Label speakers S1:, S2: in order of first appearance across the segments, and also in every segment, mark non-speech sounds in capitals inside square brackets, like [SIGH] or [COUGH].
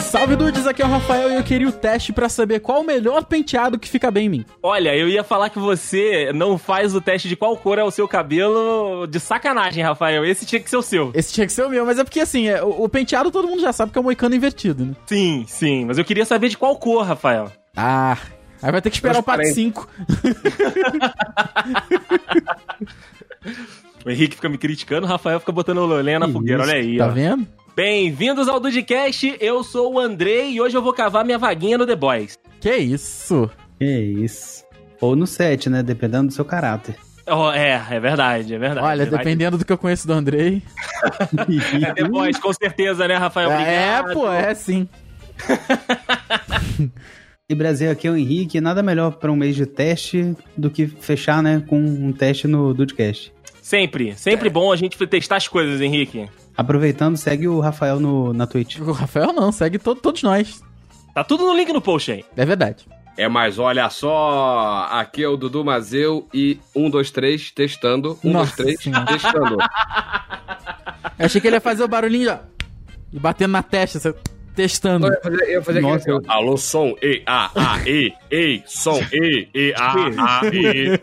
S1: Salve dudes, aqui é o Rafael e eu queria o teste pra saber qual o melhor penteado que fica bem em mim.
S2: Olha, eu ia falar que você não faz o teste de qual cor é o seu cabelo de sacanagem, Rafael. Esse tinha que ser o seu.
S1: Esse tinha que ser o meu, mas é porque assim, é, o, o penteado todo mundo já sabe que é o moicano invertido, né?
S2: Sim, sim. Mas eu queria saber de qual cor, Rafael.
S1: Ah, aí vai ter que esperar
S3: Meus
S1: o parte
S3: parentes.
S1: 5.
S2: O Henrique fica me criticando, o Rafael fica botando lenha na fogueira. Olha aí,
S1: Tá
S2: ó.
S1: vendo?
S2: Bem-vindos ao Dudcast. Eu sou o Andrei e hoje eu vou cavar minha vaguinha no The Boys.
S1: Que isso?
S4: Que isso. Ou no 7, né? Dependendo do seu caráter.
S2: Oh, é, é verdade, é verdade.
S1: Olha,
S2: É verdade.
S1: dependendo do que eu conheço do Andrei.
S2: [LAUGHS] É The Boys, com certeza, né, Rafael?
S1: é, pô, é sim.
S4: e Brasil, aqui é o Henrique. Nada melhor pra um mês de teste do que fechar, né? Com um teste no Dudcast.
S2: Sempre, sempre
S1: É.
S2: bom a gente testar as coisas, Henrique.
S4: Aproveitando, segue o Rafael no, na Twitch.
S1: O Rafael não, segue to- todos nós.
S2: Tá tudo no link no post aí.
S1: É verdade.
S3: É, mas olha só, aqui é o Dudu Mazeu e 1, 2, 3, testando. 1, 2,
S1: Nossa
S3: 3,
S1: Senhora.
S3: testando.
S1: Eu achei que ele ia fazer o barulhinho, ó. E batendo na testa, você- testando.
S3: [LAUGHS] Eu ia fazer, eu ia fazer aquele
S4: Nossa.
S3: assim, ó. Alô, som, e, a, a, e, e, som, e, e, a, a, e, e.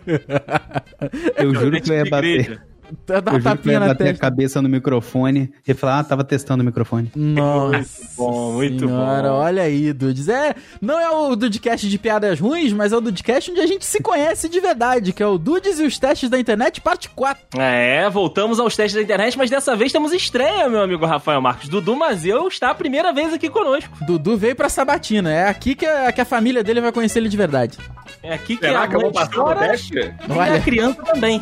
S2: [LAUGHS]
S4: Eu juro que eu ia bater.
S1: Dá
S4: Eu
S1: uma
S4: juro que eu
S1: tapinha
S4: ia
S1: na
S4: bater a
S1: testa.
S4: cabeça no microfone e falar, ah, tava testando o microfone.
S1: Nossa
S2: bom, muito
S1: senhora,
S2: bom.
S1: olha aí, Dudes. É, não é o Dudecast de piadas ruins, mas é o Dudecast onde a gente se conhece de verdade, que é o Dudes e os testes da internet, parte 4.
S2: É, voltamos aos testes da internet, mas dessa vez temos estreia, meu amigo Rafael Marcos. Dudu Mazeu está a primeira vez aqui conosco.
S1: Dudu veio pra Sabatina, é aqui que a, que a família dele vai conhecer ele de verdade. [LAUGHS]
S2: É aqui que
S3: Será
S2: a
S3: que eu
S2: mãe
S3: vou passar no
S2: chora
S3: teste?
S2: e
S1: Olha.
S2: a criança também.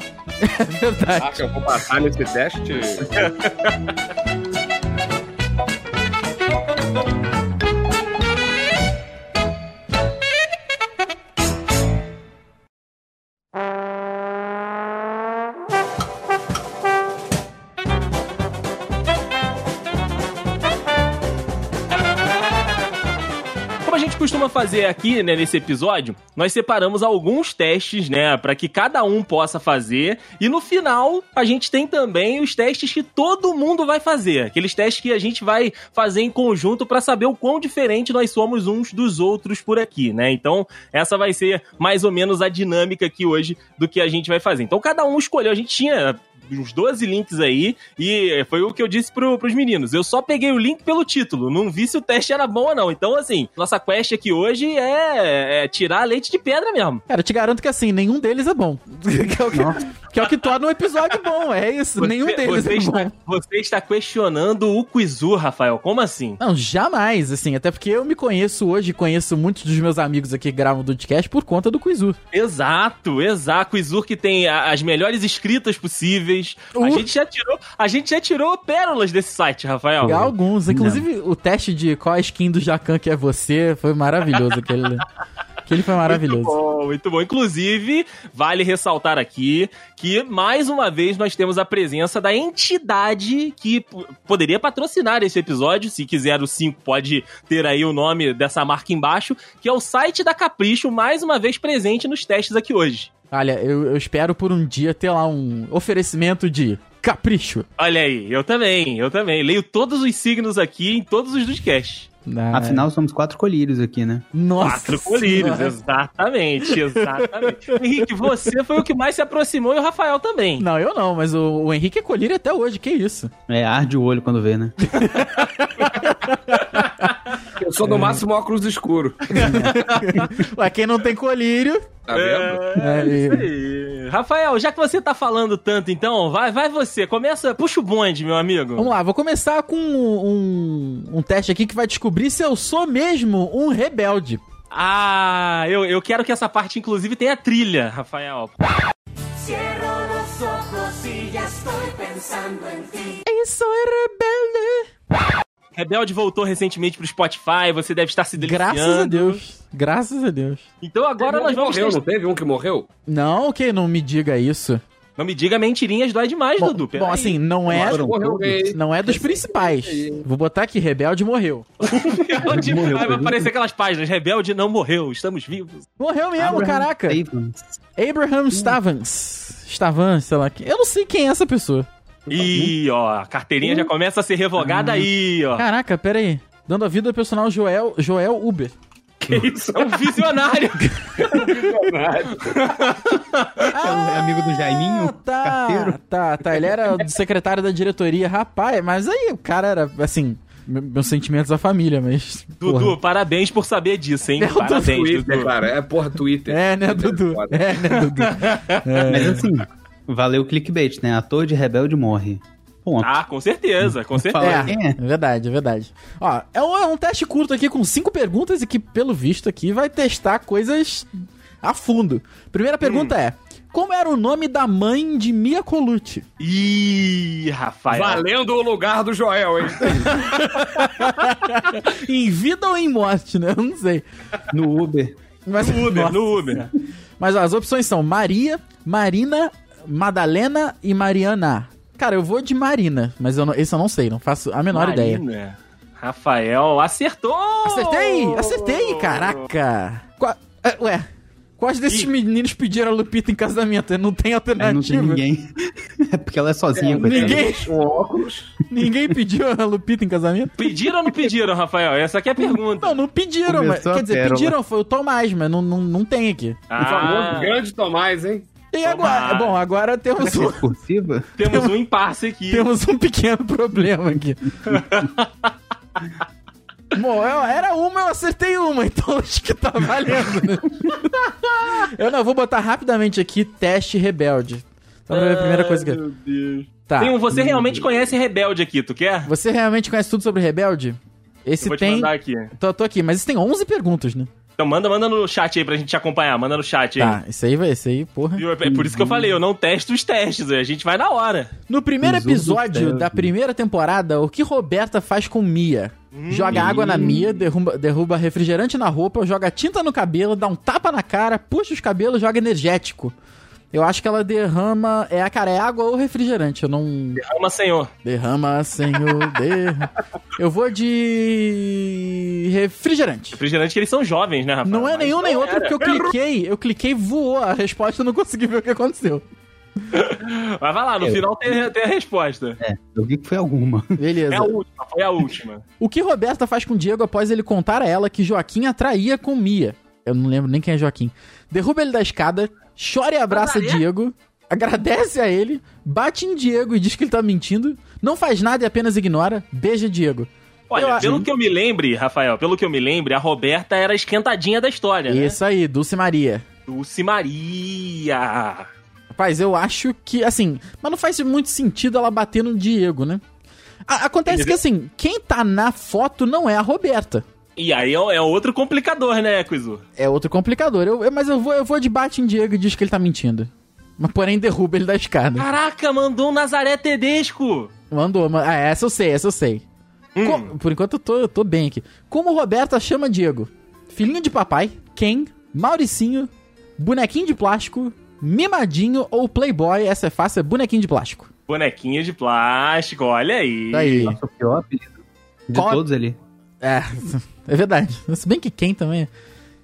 S1: É verdade.
S3: Será que eu vou passar nesse teste?
S2: Como a gente costuma fazer aqui, né, nesse episódio, nós separamos alguns testes, né, para que cada um possa fazer. E no final, a gente tem também os testes que todo mundo vai fazer, aqueles testes que a gente vai fazer em conjunto para saber o quão diferente nós somos uns dos outros por aqui, né? Então, essa vai ser mais ou menos a dinâmica aqui hoje do que a gente vai fazer. Então, cada um escolheu, a gente tinha uns 12 links aí, e eh, foi o que eu disse pro, pros meninos. Eu só peguei o link pelo título, não vi se o teste era bom ou não. Então, assim, nossa quest aqui hoje é, é tirar leite de pedra mesmo.
S1: Cara, eu te garanto que assim, nenhum deles é bom. [LAUGHS] que, é o que, que é o que torna um episódio bom, é isso.
S2: Você-
S1: nenhum deles
S2: você
S1: é
S2: está,
S1: bom.
S2: Você está questionando o Quizu, Rafael. Como assim?
S1: Não, jamais, assim, até porque eu me conheço hoje, e conheço muitos dos meus amigos aqui que gravam Dudecast por conta do Quizu.
S2: Exato, exato. Quizu que tem a- as melhores escritas possíveis. A,
S1: Uh.
S2: gente já tirou, a gente já tirou pérolas desse site, Rafael.
S1: Há alguns.
S4: Não.
S1: Inclusive, o teste de qual a skin do Jacan que é você foi maravilhoso. Aquele, aquele foi
S2: Muito
S1: maravilhoso.
S2: bom, muito bom. Inclusive, vale ressaltar aqui que, mais uma vez, nós temos a presença da entidade que p- poderia patrocinar esse episódio. Se quiser o 5, pode ter aí o nome dessa marca embaixo, que é o site da Capricho, mais uma vez presente nos testes aqui hoje.
S1: Olha, eu, eu espero por um dia ter lá um oferecimento de capricho.
S2: Olha aí, eu também, eu também. Leio todos os signos aqui em todos os podcasts.
S1: Na-
S4: Afinal, somos quatro colírios aqui, né?
S1: Ah, Nossa
S2: Quatro colírios, né?
S1: Senhora.
S2: exatamente, exatamente. Henrique, você foi o que mais se aproximou e o Rafael também.
S1: Não, eu não, mas o, o Henrique é colírio até hoje, que isso?
S4: É, arde o olho quando vê, né?
S3: Eu sou no máximo óculos escuro.
S1: Ué, quem não tem colírio.
S3: Tá vendo?
S2: É,
S1: É,
S2: isso aí. Rafael, já que você tá falando tanto, então, vai, vai você. Começa, puxa o bonde, meu amigo.
S1: Vamos lá, vou começar com um, um- um teste aqui que vai descobrir se eu sou mesmo um rebelde.
S2: Ah, eu, eu quero que essa parte, inclusive, tenha trilha, Rafael.
S5: Cierro los ojos y ya estoy pensando en ti.
S1: Eu sou rebelde.
S2: Rebelde voltou recentemente pro Spotify, você deve estar se deliciando.
S1: Graças a Deus. Graças a Deus.
S2: Então agora
S3: Teve um
S2: nós
S3: que
S2: vamos...
S3: morreu,
S2: testar-
S3: não teve um que morreu?
S1: Não, que não me diga isso.
S2: Não me diga mentirinhas, dói demais,
S1: Bom,
S2: Dudu.
S1: bom,
S2: peraí. [LAUGHS]
S1: assim, não é,
S4: Foram
S3: Morreu alguém.
S1: não é dos principais. Vou botar aqui, Rebelde morreu.
S2: Rebelde
S4: Morreu,
S2: Aí vai
S4: foi
S2: aparecer aquelas páginas. Rebelde não morreu, estamos vivos.
S1: Morreu mesmo,
S4: Abraham
S1: caraca.
S4: Stevens.
S1: Abraham Stavans. Stavans, sei lá. quem- Eu não sei quem é essa pessoa.
S2: Ih, ó, a carteirinha
S1: Uh.
S2: já começa a ser revogada aí,
S1: [LAUGHS]
S2: ó.
S1: Caraca, pera aí. Dando a vida ao personal Joel, Joel Uber.
S2: É um
S1: [LAUGHS]
S2: visionário.
S3: É,
S4: o- é amigo do Jaiminho?
S1: Ah, Tá,
S4: Carteiro?
S1: tá, tá. Ele era o secretário da diretoria. Rapaz, mas aí o cara era, assim... me- Meus sentimentos à família, mas.
S2: Dudu,
S1: porra. É
S2: parabéns por saber disso, hein?
S1: Eu tô
S2: parabéns,
S3: Twitter,
S2: Dudu.
S3: cara. É porra, Twitter.
S1: É, né,
S3: Twitter
S1: Dudu?
S3: foda.
S1: É, né, Dudu? É.
S4: Mas assim, valeu o clickbait, né? Ator de rebelde morre. Ponto.
S2: Ah, com certeza, com certeza.
S4: Fala.
S1: É,
S4: quem é?
S1: é verdade, é verdade. Ó, é um, é um teste curto aqui com cinco perguntas e que, pelo visto aqui, vai testar coisas a fundo. Primeira pergunta
S2: Hum.
S1: é, como era o nome da mãe de Mia Colucci?
S2: Ih,
S3: É.
S2: Rafael.
S3: Valendo o lugar do Joel, hein? [LAUGHS]
S1: Em vida ou em morte, né? Eu não sei.
S4: No Uber.
S1: Mas,
S2: No Uber,
S1: Nossa.
S2: no Uber.
S1: Mas ó, as opções são Maria, Marina, Madalena e Mariana. Cara, eu vou de Marina, mas eu não, esse eu não sei, não faço a menor ideia.
S2: Marina. Rafael acertou!
S1: Acertei!
S2: Oh.
S1: Acertei, caraca! Qua- é, Ué, quais desses
S2: Ih.
S1: meninos pediram a Lupita em casamento? Não tem
S4: Aí não tem
S1: alternativa.
S4: ninguém. [LAUGHS] É porque ela é sozinha. coitada.
S1: Ninguém,
S3: Um óculos.
S1: ninguém pediu a Lupita em casamento?
S2: Pediram ou não pediram, Rafael? Essa aqui é a pergunta.
S1: Não, não pediram, mas,
S4: Começou a
S1: quer dizer,
S4: pérola.
S1: pediram foi o Tomás, mas não, não, não tem aqui.
S3: O famoso
S2: Ah,
S3: um grande Tomás, hein?
S1: E agora?
S2: Tomás.
S1: Bom, agora
S4: é
S1: temos um,
S4: Cursiva?
S2: temos um impasse aqui.
S1: temos um pequeno problema aqui. [LAUGHS] Bom, eu- era uma, eu acertei uma, então [LAUGHS] acho que tá valendo. né? Eu não, vou botar rapidamente aqui teste rebelde. Então, a primeira coisa que.
S2: Meu Deus.
S1: Tá.
S2: Tem um Você Realmente Conhece Rebelde aqui, tu quer?
S1: Você realmente conhece tudo sobre Rebelde?
S2: Eu
S1: Esse
S2: vou te
S1: tem.
S2: mandar aqui.
S1: Tô, tô aqui, mas esse tem 11 perguntas, né?
S2: Então manda, manda no chat aí pra gente te acompanhar. Manda no chat aí.
S1: Tá, esse aí vai, esse aí, porra.
S2: Viu? É por isso que eu falei, eu não testo os testes, a gente vai na hora.
S1: No primeiro
S4: Tesouro do
S1: episódio
S4: Céu,
S1: da
S4: gente.
S1: primeira temporada, o que Roberta faz com Mia?
S2: Hum.
S1: Joga água na Mia, derruba, derruba refrigerante na roupa, joga tinta no cabelo, dá um tapa na cara, puxa os cabelos, joga energético. Eu acho que ela derrama. É a cara, é água ou refrigerante? Eu não.
S2: Calma, senhor.
S1: Derrama, senhor. Derrama. Eu vou de. refrigerante.
S2: Refrigerante que eles são jovens, né, Rafael?
S1: Não é
S2: Mas
S1: nenhum nem outro,
S2: era.
S1: porque eu cliquei, eu cliquei voou a resposta, eu não consegui ver o que aconteceu.
S2: Mas vai lá, no
S4: Eu.
S2: final tem, tem a resposta.
S1: É,
S4: Eu vi que foi alguma.
S1: Beleza.
S2: É a última, foi a última.
S1: O que Roberta faz com Diego após ele contar a ela que Joaquim atraía com Mia? Eu não lembro nem quem é Joaquim. Derruba ele da escada, chora e abraça Diego, agradece a ele, bate em Diego e diz que ele tá mentindo, não faz nada e apenas ignora, beija Diego.
S2: Olha,
S1: Eu-
S2: pelo que eu me lembre, Rafael, pelo que eu me lembre, a Roberta era a esquentadinha da história, né?
S1: Isso aí, Dulce Maria.
S2: Dulce Maria.
S1: Rapaz, eu acho que, assim, mas não faz muito sentido ela bater no Diego, né? A- acontece que, assim, quem tá na foto não é a Roberta.
S2: E aí é, é outro complicador, né, Quizu?
S1: É outro complicador. Eu, eu- mas eu vou, eu vou de bate em Diego e diz que ele tá mentindo. Mas porém derruba ele da escada.
S2: Caraca, mandou um Nazaré Tedesco.
S1: Mandou, ma- ah, essa eu sei, essa eu sei.
S2: Hum.
S1: Co- por enquanto eu tô, eu tô bem aqui. Como Roberta chama Diego? Filhinho de papai, Ken, Mauricinho, bonequinho de plástico, mimadinho ou playboy? Essa é fácil, é bonequinho de plástico. Tá
S2: Bonequinho de plástico, olha aí.
S1: Daí.
S4: Nossa, o pior apelido. De
S1: Qual-
S4: todos ali.
S1: É, é verdade. [LAUGHS] Se bem que Ken também. é.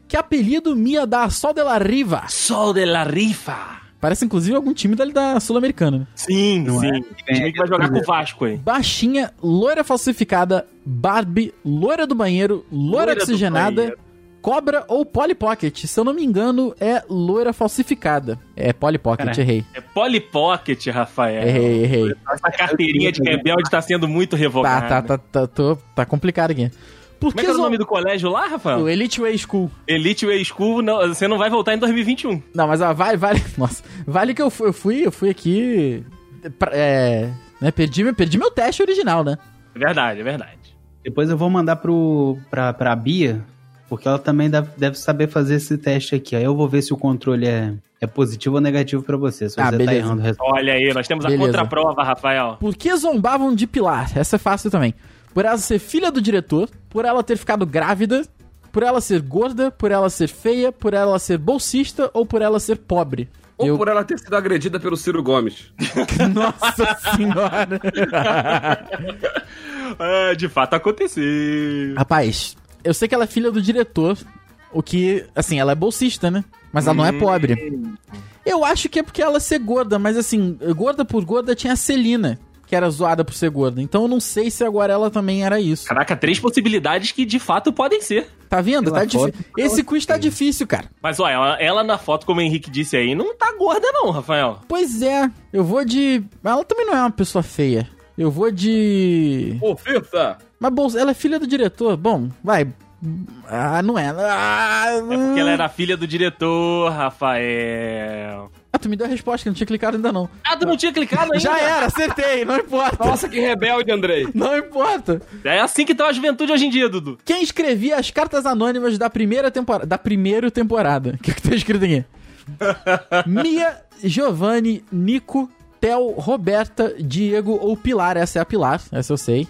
S1: Que apelido Mia dá a Sol de la Riva?
S2: Sol de la Rifa.
S1: Parece inclusive algum time dali da Sul-Americana, né?
S2: Sim, sim.
S1: é?
S2: O time que vai jogar com o Vasco aí.
S1: Baixinha, loira falsificada, Barbie, loira do banheiro, loira,
S2: Loira do
S1: oxigenada,
S2: banheiro.
S1: cobra ou Polly Pocket. Se eu não me engano, é loira falsificada. É Polly Pocket,
S4: Caraca.
S1: errei.
S2: É Polly Pocket, Rafael.
S1: Errei, errei.
S2: Essa carteirinha de rebelde tá sendo muito
S1: Tá,
S2: revogada.
S1: tá, tá, tá, tô- tá complicado aqui. Por
S2: né? Como
S1: que
S2: é que é o
S1: zo-
S2: nome do colégio lá,
S1: o
S2: Rafael?
S1: Elite Way School?
S2: Elite Way School, não, você não vai voltar em 2021.
S1: Não, mas ah, vale, [LAUGHS] vale. Nossa, vale que eu fui, eu fui, eu fui aqui. pra- É. Né, perdi, meu- perdi meu teste original, né?
S2: É verdade, é verdade.
S4: Depois eu vou mandar pro, pra, pra Bia, porque ela também dá- deve saber fazer esse teste aqui. Aí eu vou ver se o controle é, é positivo ou negativo pra você. Se
S1: Ah,
S4: você
S1: beleza.
S4: tá errando o resultado.
S2: Olha aí, nós temos a
S1: Beleza.
S2: contraprova, Rafael.
S1: Por que zombavam de Pilar? Essa é fácil também. Por ela ser filha do diretor, por ela ter ficado grávida, por ela ser gorda, por ela ser feia, por ela ser bolsista ou por ela ser pobre.
S3: Ou
S1: Eu-
S3: por ela ter sido agredida pelo Ciro Gomes.
S1: Nossa senhora.
S2: Ah, de fato aconteceu.
S1: Rapaz, eu sei que ela é filha do diretor, o que, assim, ela é bolsista, né? Mas ela não é
S3: Hum.
S1: pobre. Eu acho que é porque ela ser gorda, mas assim, gorda por gorda tinha a Celina, que era zoada por ser gorda. Então eu não sei se agora ela também era isso.
S2: Caraca, três possibilidades que de fato podem ser.
S1: Tá vendo?
S4: Pela
S1: Tá difí-
S4: foto,
S1: Esse quiz tá difícil, cara.
S2: Mas ó, ela, ela na foto, como o Henrique disse aí, não tá gorda, não, Rafael.
S1: Pois é, eu vou de. Ela também não é uma pessoa feia. Eu vou de.
S3: Ofensa!
S1: Mas bom, ela é filha do diretor. Bom, vai. Ah, não é. Ah,
S2: É porque ela era filha do diretor, Rafael.
S1: Ah, tu me deu a resposta que eu não tinha clicado ainda não.
S2: Ah, tu não é. tinha clicado ainda?
S1: Já é. era, acertei, não importa.
S3: Nossa, que rebelde, Andrei!
S1: [LAUGHS] Não importa.
S2: É assim que tá a juventude hoje em dia, Dudu.
S1: Quem escrevia as cartas anônimas da primeira temporada. Da primeira temporada. O que, que tá escrito
S2: [LAUGHS]
S1: aqui? Mia, Giovanni, Nico, Tel, Roberta, Diego ou Pilar. Essa é a Pilar, essa eu sei.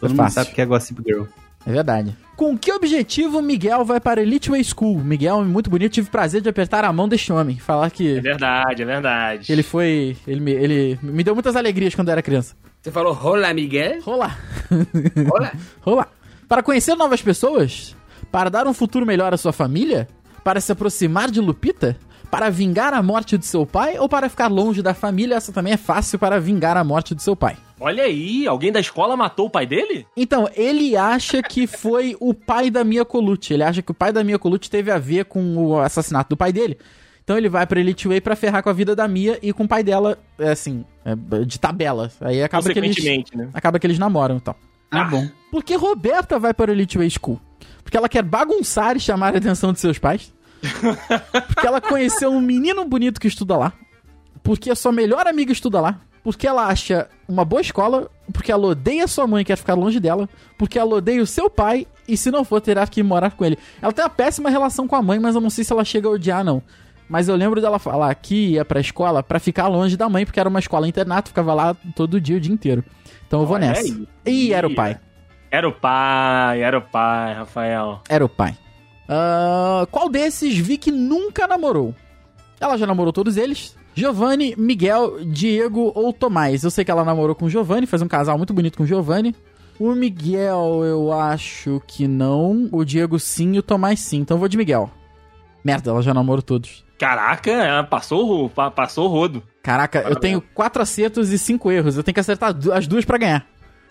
S4: Todo mundo
S1: fácil.
S4: sabe que é Gossip Girl.
S1: É verdade. Com que objetivo Miguel vai para Elite Way School? Miguel, é muito bonito, tive o prazer de apertar a mão deste homem. Falar
S2: É
S1: que
S2: verdade, é verdade.
S1: ele foi. Ele me, ele me deu muitas alegrias quando eu era criança.
S3: Você falou rola, Miguel?
S1: Rolar. [LAUGHS]
S3: Rola?
S1: Rolar. Para conhecer novas pessoas? Para dar um futuro melhor à sua família? Para se aproximar de Lupita? Para vingar a morte de seu pai ou para ficar longe da família? Essa também é fácil para vingar a morte de seu pai.
S2: Olha aí, alguém da escola matou o pai dele?
S1: Então, ele acha que foi o pai da Mia Colucci. Ele acha que o pai da Mia Colucci teve a ver com o assassinato do pai dele. Então ele vai pra Elite Way pra ferrar com a vida da Mia e com o pai dela, é assim, é, de tabela. Aí acaba que eles,
S2: Consequentemente, né?
S1: acaba que eles namoram e tal.
S4: Ah, bom.
S1: Por que Roberta vai para o Elite Way School? Porque ela quer bagunçar e chamar a atenção de seus pais. Porque ela conheceu um menino bonito que estuda lá. Porque a sua melhor amiga estuda lá. Porque ela acha uma boa escola. Porque ela odeia sua mãe e quer ficar longe dela. Porque ela odeia o seu pai. E se não for, terá que morar com ele. Ela tem uma péssima relação com a mãe, mas eu não sei se ela chega a odiar, não. Mas eu lembro dela falar que ia pra escola pra ficar longe da mãe, porque era uma escola internato, ficava lá todo dia, o dia inteiro. Então eu vou
S2: Olha
S1: nessa.
S2: aí.
S1: Ih, era o pai.
S2: Era o pai, era o pai, Rafael.
S1: Era o pai. Ah, qual desses Vicky nunca namorou? Ela já namorou todos eles. Giovanni, Miguel, Diego ou Tomás. Eu sei que ela namorou com o Giovanni, fez um casal muito bonito com o Giovanni. O Miguel, eu acho que não. O Diego sim e o Tomás sim. Então eu vou de Miguel. Merda, ela já namorou todos.
S2: Caraca, ela passou, o- pa- passou o rodo.
S1: Caraca, eu tenho quatro acertos e cinco erros. Eu tenho que acertar du- as duas pra ganhar.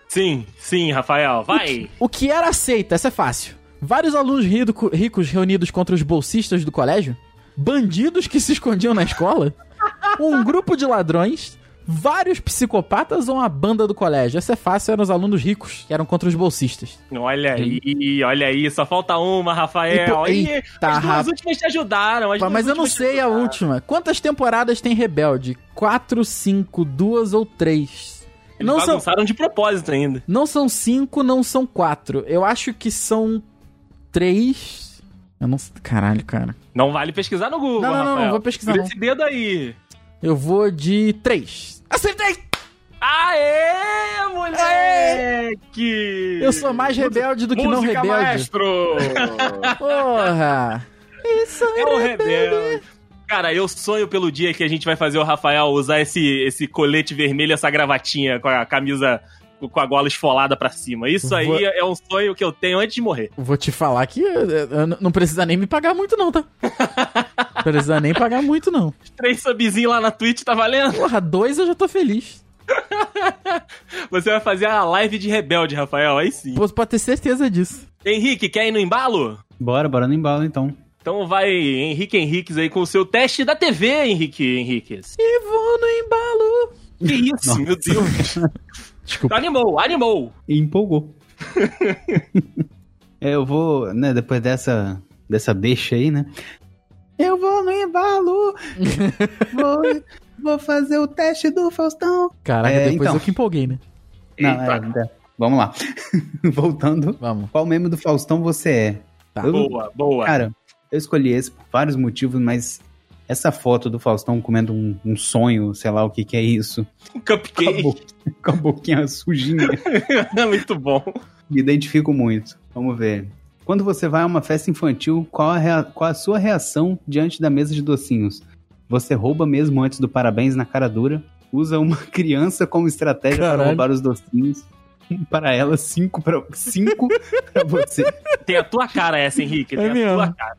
S2: Sim, sim, Rafael, vai.
S1: O que era aceita? Essa é fácil. Vários alunos rido- ricos reunidos contra os bolsistas do colégio? Bandidos que se escondiam na escola? Um grupo de ladrões? Vários psicopatas ou uma banda do colégio? Essa é fácil, eram os alunos ricos, que eram contra os bolsistas.
S2: Olha aí, olha aí, só falta uma,
S1: E pô-
S2: Rafael. É, Aí,
S1: Eita,
S2: as duas
S1: rapaz.
S2: últimas te ajudaram. as duas
S1: Mas eu não
S2: últimas te
S1: sei a
S2: ajudaram.
S1: última. Quantas temporadas tem Rebelde? Quatro, cinco, duas ou três?
S2: Eles
S1: Não são,
S2: bagunçaram de propósito ainda.
S1: não são cinco, não são quatro. Eu acho que são três. Eu não sei. Caralho, cara.
S2: Não vale pesquisar no Google,
S1: Não, não, não,
S2: Rafael.
S1: não vou pesquisar,
S2: Por
S1: não.
S2: esse dedo aí.
S1: Eu vou de 3. Acertei!
S2: Aê, moleque!
S1: Eu sou mais rebelde do que não
S3: Música,
S1: rebelde.
S3: maestro! Oh,
S1: Porra! Isso
S2: É o rebelde. Cara, eu sonho pelo dia que a gente vai fazer o Rafael usar esse, esse colete vermelho, essa gravatinha com a camisa com a gola esfolada pra cima. Isso aí
S1: Vou-
S2: é um sonho que eu tenho antes de morrer.
S1: Vou te falar que eh, eh, não precisa nem me pagar muito, não, tá? Não precisa nem pagar muito, não.
S2: Três subzinhos lá na Twitch, tá valendo?
S1: Porra, dois eu já tô feliz.
S2: Você vai fazer a live de rebelde, Rafael, aí sim.
S1: Pô, Pode ter certeza disso.
S2: Henrique, quer ir no embalo?
S4: Bora, bora no embalo então.
S2: Então vai Henrique Henriques aí com o seu teste da TV, Henrique Henriques.
S1: E vou no embalo.
S2: Que isso,
S4: Nossa.
S2: meu Deus.
S1: Desculpa.
S2: animou, animou.
S4: E empolgou. [LAUGHS] É, eu vou, né, depois dessa, dessa deixa aí, né? Eu vou no embalo! vou, vou fazer o teste do Faustão!
S1: Caraca,
S4: É,
S1: depois
S4: então.
S1: eu que empolguei, né?
S4: [LAUGHS] Não, é, é, vamos lá. [LAUGHS] Voltando.
S1: Vamos.
S4: Qual meme do Faustão você é?
S1: Tá.
S4: Eu-
S2: Boa, boa.
S4: Cara, eu escolhi esse por vários motivos, mas essa foto do Faustão comendo um, um sonho, sei lá o que que é isso.
S2: um
S4: Com a
S2: cupcake.
S4: bo- [LAUGHS] com a boquinha sujinha.
S2: [LAUGHS] Muito bom.
S4: Me identifico muito. Vamos ver. Quando você vai a uma festa infantil, qual a, rea- qual a sua reação diante da mesa de docinhos? Você rouba mesmo antes do parabéns na cara dura. Usa uma [LAUGHS] criança como estratégia para
S1: Caralho.
S4: roubar os docinhos. [LAUGHS] Um para ela, cinco para cinco [LAUGHS] para você.
S2: Tem a tua cara essa, Henrique. Tem
S1: É
S2: a
S1: mesmo.
S2: tua cara.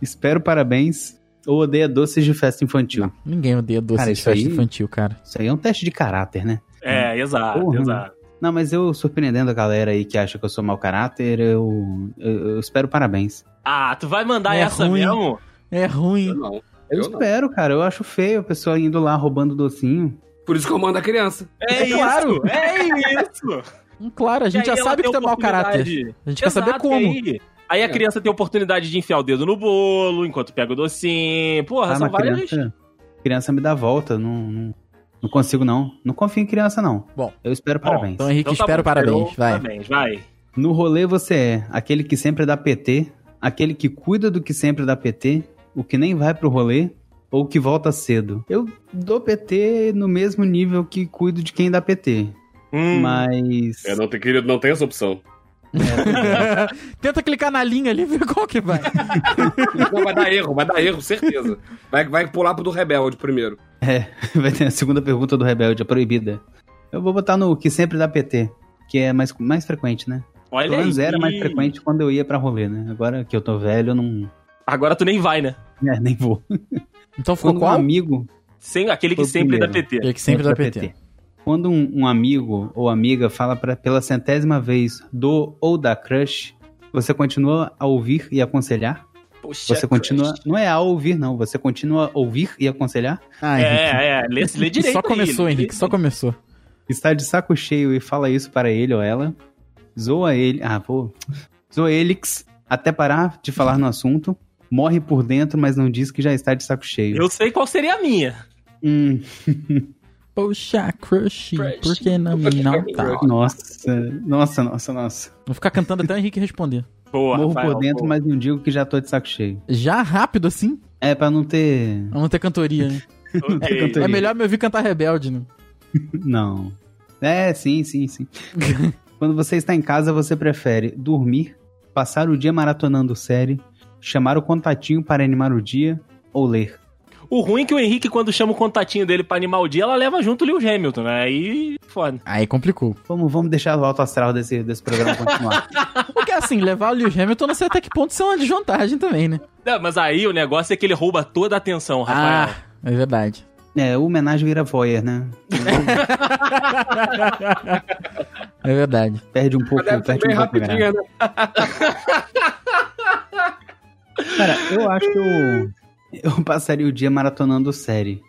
S4: Espero parabéns. Ou odeia doces de festa infantil.
S1: Ninguém odeia doce
S4: Cara,
S1: de
S4: isso
S1: festa
S4: aí-
S1: infantil, cara.
S4: Isso aí é um teste de caráter, né?
S1: Hum.
S2: É, exato,
S4: Porra,
S2: exato.
S4: Não, mas eu surpreendendo a galera aí que acha que eu sou mau caráter, eu, eu, eu espero parabéns.
S2: Ah, tu vai mandar
S1: É
S2: essa
S1: ruim.
S2: mesmo?
S1: É
S3: Eu
S1: ruim.
S3: não.
S4: Eu,
S3: Eu não.
S4: espero, cara. Eu acho feio a pessoa indo lá roubando docinho.
S3: Por isso que eu mando a criança.
S2: É,
S1: [LAUGHS]
S2: isso,
S1: claro.
S2: é isso.
S1: Hum, Claro, a gente já sabe que tu é mau caráter. A gente quer saber como.
S2: Aí, aí a
S3: É.
S2: criança tem a oportunidade de enfiar o dedo no bolo, enquanto pega o docinho. Porra,
S4: Ah,
S2: são
S4: mas
S2: várias...
S4: criança, criança me dá volta. Não, não, não consigo, não. Não confio em criança, não.
S1: Bom.
S4: Eu espero
S2: Bom,
S4: parabéns.
S1: Então, Henrique,
S2: Então tá
S1: espero
S2: bom,
S1: parabéns.
S2: esperou,
S1: Vai.
S2: Parabéns, vai.
S4: No rolê você é aquele que sempre dá PT, aquele que cuida do que sempre é dá PT, o que nem vai pro rolê ou que volta cedo. Eu dou PT no mesmo nível que cuido de quem dá PT,
S2: Hum,
S4: mas É,
S3: Eu É, não tenho, querido, não tem essa opção.
S1: Tenta clicar na linha ali e ver qual que vai.
S3: Não, vai dar erro, vai dar erro, certeza. Vai, vai pular pro do rebelde primeiro.
S4: [LAUGHS] vai ter a segunda pergunta do Rebelde, a proibida. Eu vou botar no que sempre dá PT, que é mais, mais frequente, né?
S2: olha
S1: é um
S4: Pelo menos
S2: aí.
S4: era mais frequente quando eu ia pra rolê, né? Agora que eu tô velho, eu não
S2: Agora tu nem vai, né?
S4: é, [LAUGHS] nem vou.
S1: Então ficou
S4: Quando um
S1: qual?
S4: amigo
S2: Sem aquele que
S4: Foi o
S2: sempre dá
S4: primeiro.
S2: PT.
S1: É que sempre dá PT.
S4: Quando um, um amigo ou amiga fala pra, pela centésima vez do ou da crush, você continua a ouvir e aconselhar?
S2: Poxa,
S4: Você continua. Não é a ouvir, não. Você continua a ouvir e aconselhar?
S1: Ah, Henrique.
S2: É, é, lê, lê direito.
S1: só
S2: aí,
S1: começou,
S2: lê
S1: Henrique,
S2: direito.
S1: só começou.
S4: Está de saco cheio e fala isso para ele ou ela. Zoa ele. Ah, pô. Zoa Elix até parar de falar no assunto. Morre por dentro, mas não diz que já está de saco cheio.
S2: Eu sei qual seria a minha.
S4: Hum,
S1: Poxa, crush,
S3: Crush.
S1: por que não me não tá?
S4: nossa, nossa, nossa, nossa.
S1: Vou ficar cantando até o Henrique responder.
S2: Boa,
S4: Morro
S2: Rafael,
S4: por dentro,
S2: boa.
S4: mas não digo que já tô de saco cheio.
S1: Já rápido assim?
S4: É, pra não ter.
S1: Pra não ter cantoria, né? [LAUGHS]
S2: Ok.
S4: É cantor-
S1: É
S4: Sim.
S1: melhor me ouvir cantar Rebelde, né?
S4: Não. É, sim, sim,
S2: [LAUGHS]
S4: sim. Quando você está em casa, você prefere dormir, passar o dia maratonando série, chamar o contatinho para animar o dia ou ler.
S2: O ruim é que o Henrique, quando chama o contatinho dele pra animar o dia, ela leva junto o Lewis Hamilton, né? Aí, foda.
S1: Aí complicou.
S4: Vamos, vamos deixar o alto astral desse, desse programa
S3: [LAUGHS]
S4: continuar.
S1: Porque assim, levar o Lewis Hamilton não sei até que ponto isso é uma desvantagem também, né?
S2: Não, mas aí o negócio é que ele rouba toda a atenção, Rafael.
S1: Ah, é verdade.
S4: é, o homenagem vira voyeur, né?
S1: É verdade.
S4: Perde um pouco,
S3: Mas deve ser
S4: perde
S3: bem
S4: um pouco. né?
S3: rapidinho, né?
S4: Cara, eu acho que eu, eu passaria o dia maratonando série.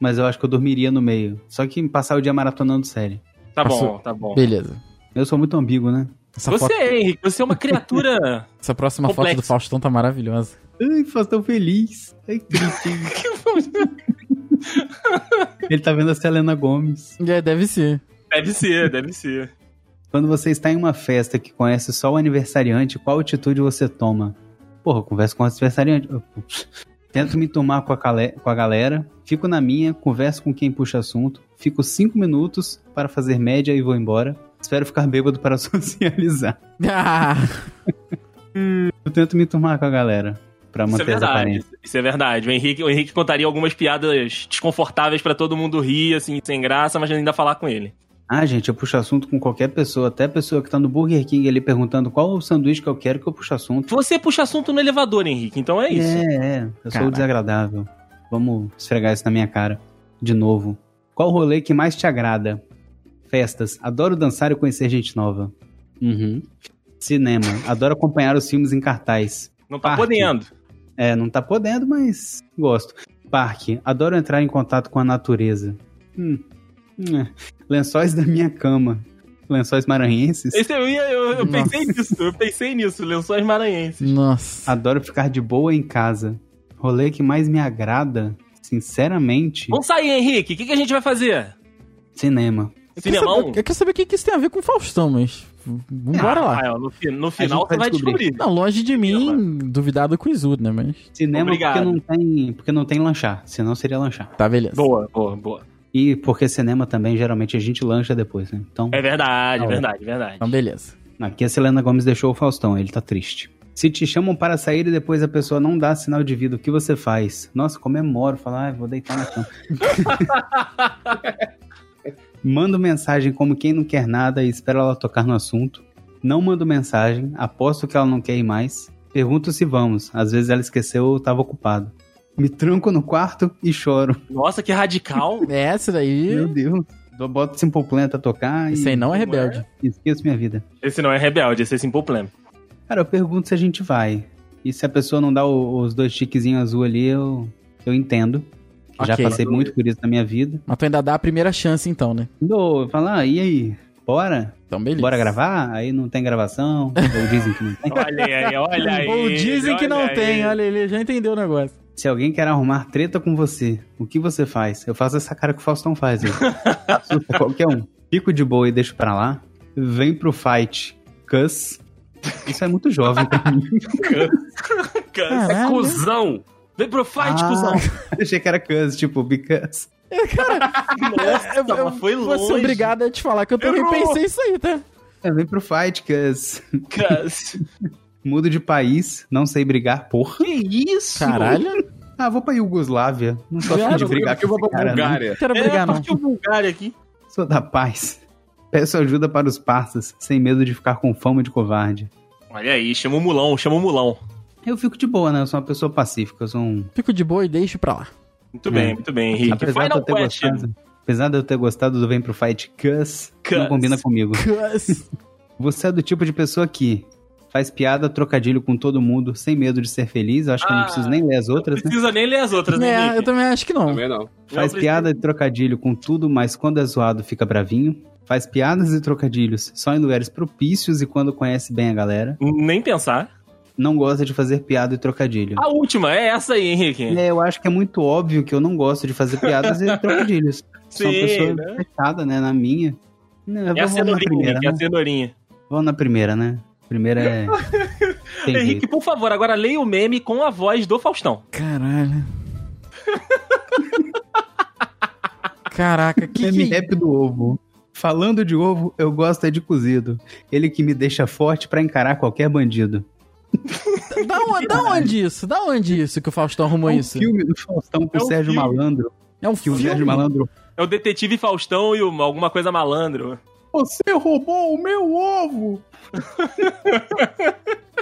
S4: Mas eu acho que eu dormiria no meio. Só que passar o dia maratonando série.
S2: tá bom,
S1: passou.
S2: tá bom.
S1: Beleza.
S4: Eu sou muito ambíguo, né?
S1: Essa,
S2: Você,
S1: foto-
S2: Henrique, você é uma
S1: [LAUGHS]
S2: criatura.
S1: essa próxima foto do
S2: Complexo.
S1: Faustão tá maravilhosa.
S4: Ai, Faustão feliz. Ai, triste.
S3: [LAUGHS]
S4: Ele tá vendo a Selena Gomes.
S1: É, deve ser.
S2: deve ser, deve ser.
S4: Quando você está em uma festa que conhece só o aniversariante, qual atitude você toma? Porra, eu converso com o aniversariante. Eu- [LAUGHS] Tento me tomar com a, cale- com a galera, fico na minha, converso com quem puxa assunto, fico cinco minutos para fazer média e vou embora. Espero ficar bêbado para [LAUGHS] socializar.
S1: [LAUGHS] Ah,
S4: Eu tento me tomar com a galera para
S2: Isso é
S4: manter as
S2: verdade.
S4: aparências.
S2: Isso é verdade. O Henrique, o Henrique contaria algumas piadas desconfortáveis pra todo mundo rir, assim, sem graça, mas ainda falar com ele.
S4: Ah, gente, eu puxo assunto com qualquer pessoa, até a pessoa que tá no Burger King ali perguntando qual o sanduíche que eu quero que eu puxo assunto.
S2: Você puxa assunto no elevador, Henrique, então é isso.
S4: É, é. Eu sou
S1: Caraca.
S4: o desagradável. Vamos esfregar isso na minha cara. De novo. Qual rolê que mais te agrada? Festas. Adoro dançar e conhecer gente nova. Uhum. Cinema. Adoro acompanhar os filmes em cartaz.
S2: Não tá
S4: Parque.
S2: podendo.
S4: É, não tá podendo, mas gosto. Parque. Adoro entrar em contato com a natureza. Hum. Hum, é. Lençóis da minha cama. Lençóis maranhenses.
S2: Esse é, eu, ia- eu, eu
S1: Nossa.
S2: pensei nisso, eu pensei nisso, lençóis maranhenses. Ah,
S1: nossa.
S4: Adoro ficar de boa em casa. Rolê que mais me agrada, sinceramente,
S2: Vamos sair, Henrique. O que, que a gente vai fazer?
S4: cinema.
S1: Eu quero
S2: Cinemão?
S1: saber- Eu quero saber o que que isso tem a ver com Faustão, mas. Vambora
S2: Ah,
S1: lá.
S2: Rafael, no, fi- no final
S4: gente vai
S2: você vai descobrir.
S4: descobrir.
S1: Não, longe de mim, duvidar do Cuizudo, né? Mas
S4: Cinema
S2: Obrigado.
S4: porque não tem, porque não tem lanchar, senão seria lanchar.
S1: tá, beleza.
S2: Boa, boa, boa.
S4: E porque cinema também geralmente a gente lancha depois, né? Então,
S2: É verdade,
S4: Tá bom.
S2: verdade, verdade.
S1: Então, beleza.
S4: aqui a Selena Gomes deixou o Faustão, ele tá triste. Se te chamam para sair e depois a pessoa não dá sinal de vida, o que você faz? Nossa, comemoro, falo, ah, vou deitar na
S2: [LAUGHS]
S4: cama. Mando mensagem como quem não quer nada e espero ela tocar no assunto. Não mando mensagem, aposto que ela não quer ir mais. Pergunto se vamos, às vezes ela esqueceu ou estava ocupada. Me tranco no quarto e choro.
S2: Nossa,
S4: [LAUGHS]
S2: que radical.
S1: É, Essa daí.
S4: Meu Deus. Eu Boto assim um Simple Plan pra tocar
S1: Isso aí
S4: e
S1: não é rebelde.
S4: esqueço minha vida.
S2: Esse não é rebelde, esse é Simple Plan.
S4: Cara, eu pergunto se a gente vai. E se a pessoa não dá o- os dois tiquezinhos azul ali, eu, eu entendo. Que Já
S1: Ok.
S4: passei muito por isso na minha vida.
S1: Mas tu ainda dá a primeira chance, então, né?
S4: Dou, fala, ah, e aí? Bora?
S1: Então, beleza.
S4: Bora gravar? Aí não tem gravação, [LAUGHS] ou dizem que não tem.
S2: Olha aí, olha aí.
S1: Ou dizem que
S2: olha
S1: não
S2: aí.
S4: né?
S1: tem, olha, ele já entendeu o negócio.
S4: Se alguém quer arrumar treta com você, o que você faz? Eu faço essa cara que o Faustão faz.
S1: [LAUGHS]
S4: aí. Assusta qualquer um. Fico de boa e deixo pra lá. Vem pro fight. Cus. Isso é muito jovem pra mim.
S2: Câncer.
S3: É
S1: Caralho.
S3: Cusão! Vem pro fight,
S4: Ah.
S3: cuzão!
S4: [LAUGHS] Achei que era cus, tipo, because. [LAUGHS]
S2: Nossa,
S1: Eu, eu
S2: mas foi
S1: vou
S2: longe.
S1: ser obrigado a te falar que eu também
S2: Errou.
S1: pensei isso aí, tá?
S4: É, vem pro fight, cus. [LAUGHS]
S2: Câncer.
S4: Mudo de país, não sei brigar, porra.
S2: Que isso?
S1: Caralho.
S4: Ah, vou pra Iugoslávia. Não sou afim
S1: Claro,
S4: de brigar
S3: porque
S4: com
S3: eu vou
S4: esse
S3: pra
S4: cara, né? não.
S3: Bulgária.
S1: Não quero
S2: É,
S1: brigar, não.
S2: partiu Bulgária aqui.
S4: Sou da paz. Peço ajuda para os parças, sem medo de ficar com fama de covarde.
S2: Olha aí, chama o Mulão, chama o Mulão.
S4: Eu fico de boa, né? Eu sou uma pessoa pacífica, eu sou um...
S1: Fico de boa e deixo pra lá.
S2: Muito bem,
S4: É.
S2: muito bem, Henrique.
S4: apesar, de eu
S2: Final
S4: ter
S2: question.
S4: gostado, apesar de eu ter gostado do Vem Pro Fight Cus,
S2: Cus.
S4: não combina comigo.
S1: [LAUGHS] Cus.
S4: Você é do tipo de pessoa que faz piada, trocadilho com todo mundo, sem medo de ser feliz. Eu acho que eu
S2: Ah,
S4: não preciso nem ler as outras,
S2: Não
S4: né?
S2: precisa nem ler as outras, né,
S1: É, eu
S2: Henrique?
S1: também acho que não.
S3: Também não.
S2: Não
S4: Faz
S2: precisa.
S4: piada e trocadilho com tudo, mas quando é zoado fica bravinho. Faz piadas e trocadilhos só em lugares propícios e quando conhece bem a galera.
S2: Nem pensar.
S4: Não gosta de fazer piada e trocadilho.
S2: A última é essa aí, Henrique.
S4: É, eu acho que é muito óbvio que eu não gosto de fazer piadas
S2: [LAUGHS]
S4: e trocadilhos. Sou uma
S2: Sim,
S4: pessoa
S2: né?
S4: fechada, né? Na minha. Não, eu
S2: É a
S4: vou- vou na
S2: cenourinha,
S4: primeira,
S2: Henrique, é
S4: né?
S2: a cenourinha.
S4: Vamos na primeira, né? Primeira
S2: [LAUGHS]
S4: é. Tem
S2: Henrique,
S4: jeito.
S2: por favor, agora leia o meme com a voz do Faustão.
S1: Caralho. Caraca, que
S4: Meme
S1: que...
S4: rap do ovo. Falando de ovo, eu gosto é de cozido. Ele que me deixa forte pra encarar qualquer bandido.
S1: é Da, onde, da onde isso? Da onde isso que o Faustão arrumou
S4: É um
S1: isso?
S4: filme do Faustão com
S2: É um
S4: o Sérgio
S2: filme.
S4: Malandro.
S1: É um
S4: Que o
S1: filme.
S4: Sérgio Malandro.
S2: É o detetive Faustão e o- alguma coisa malandro.
S4: Você roubou o meu ovo! [LAUGHS]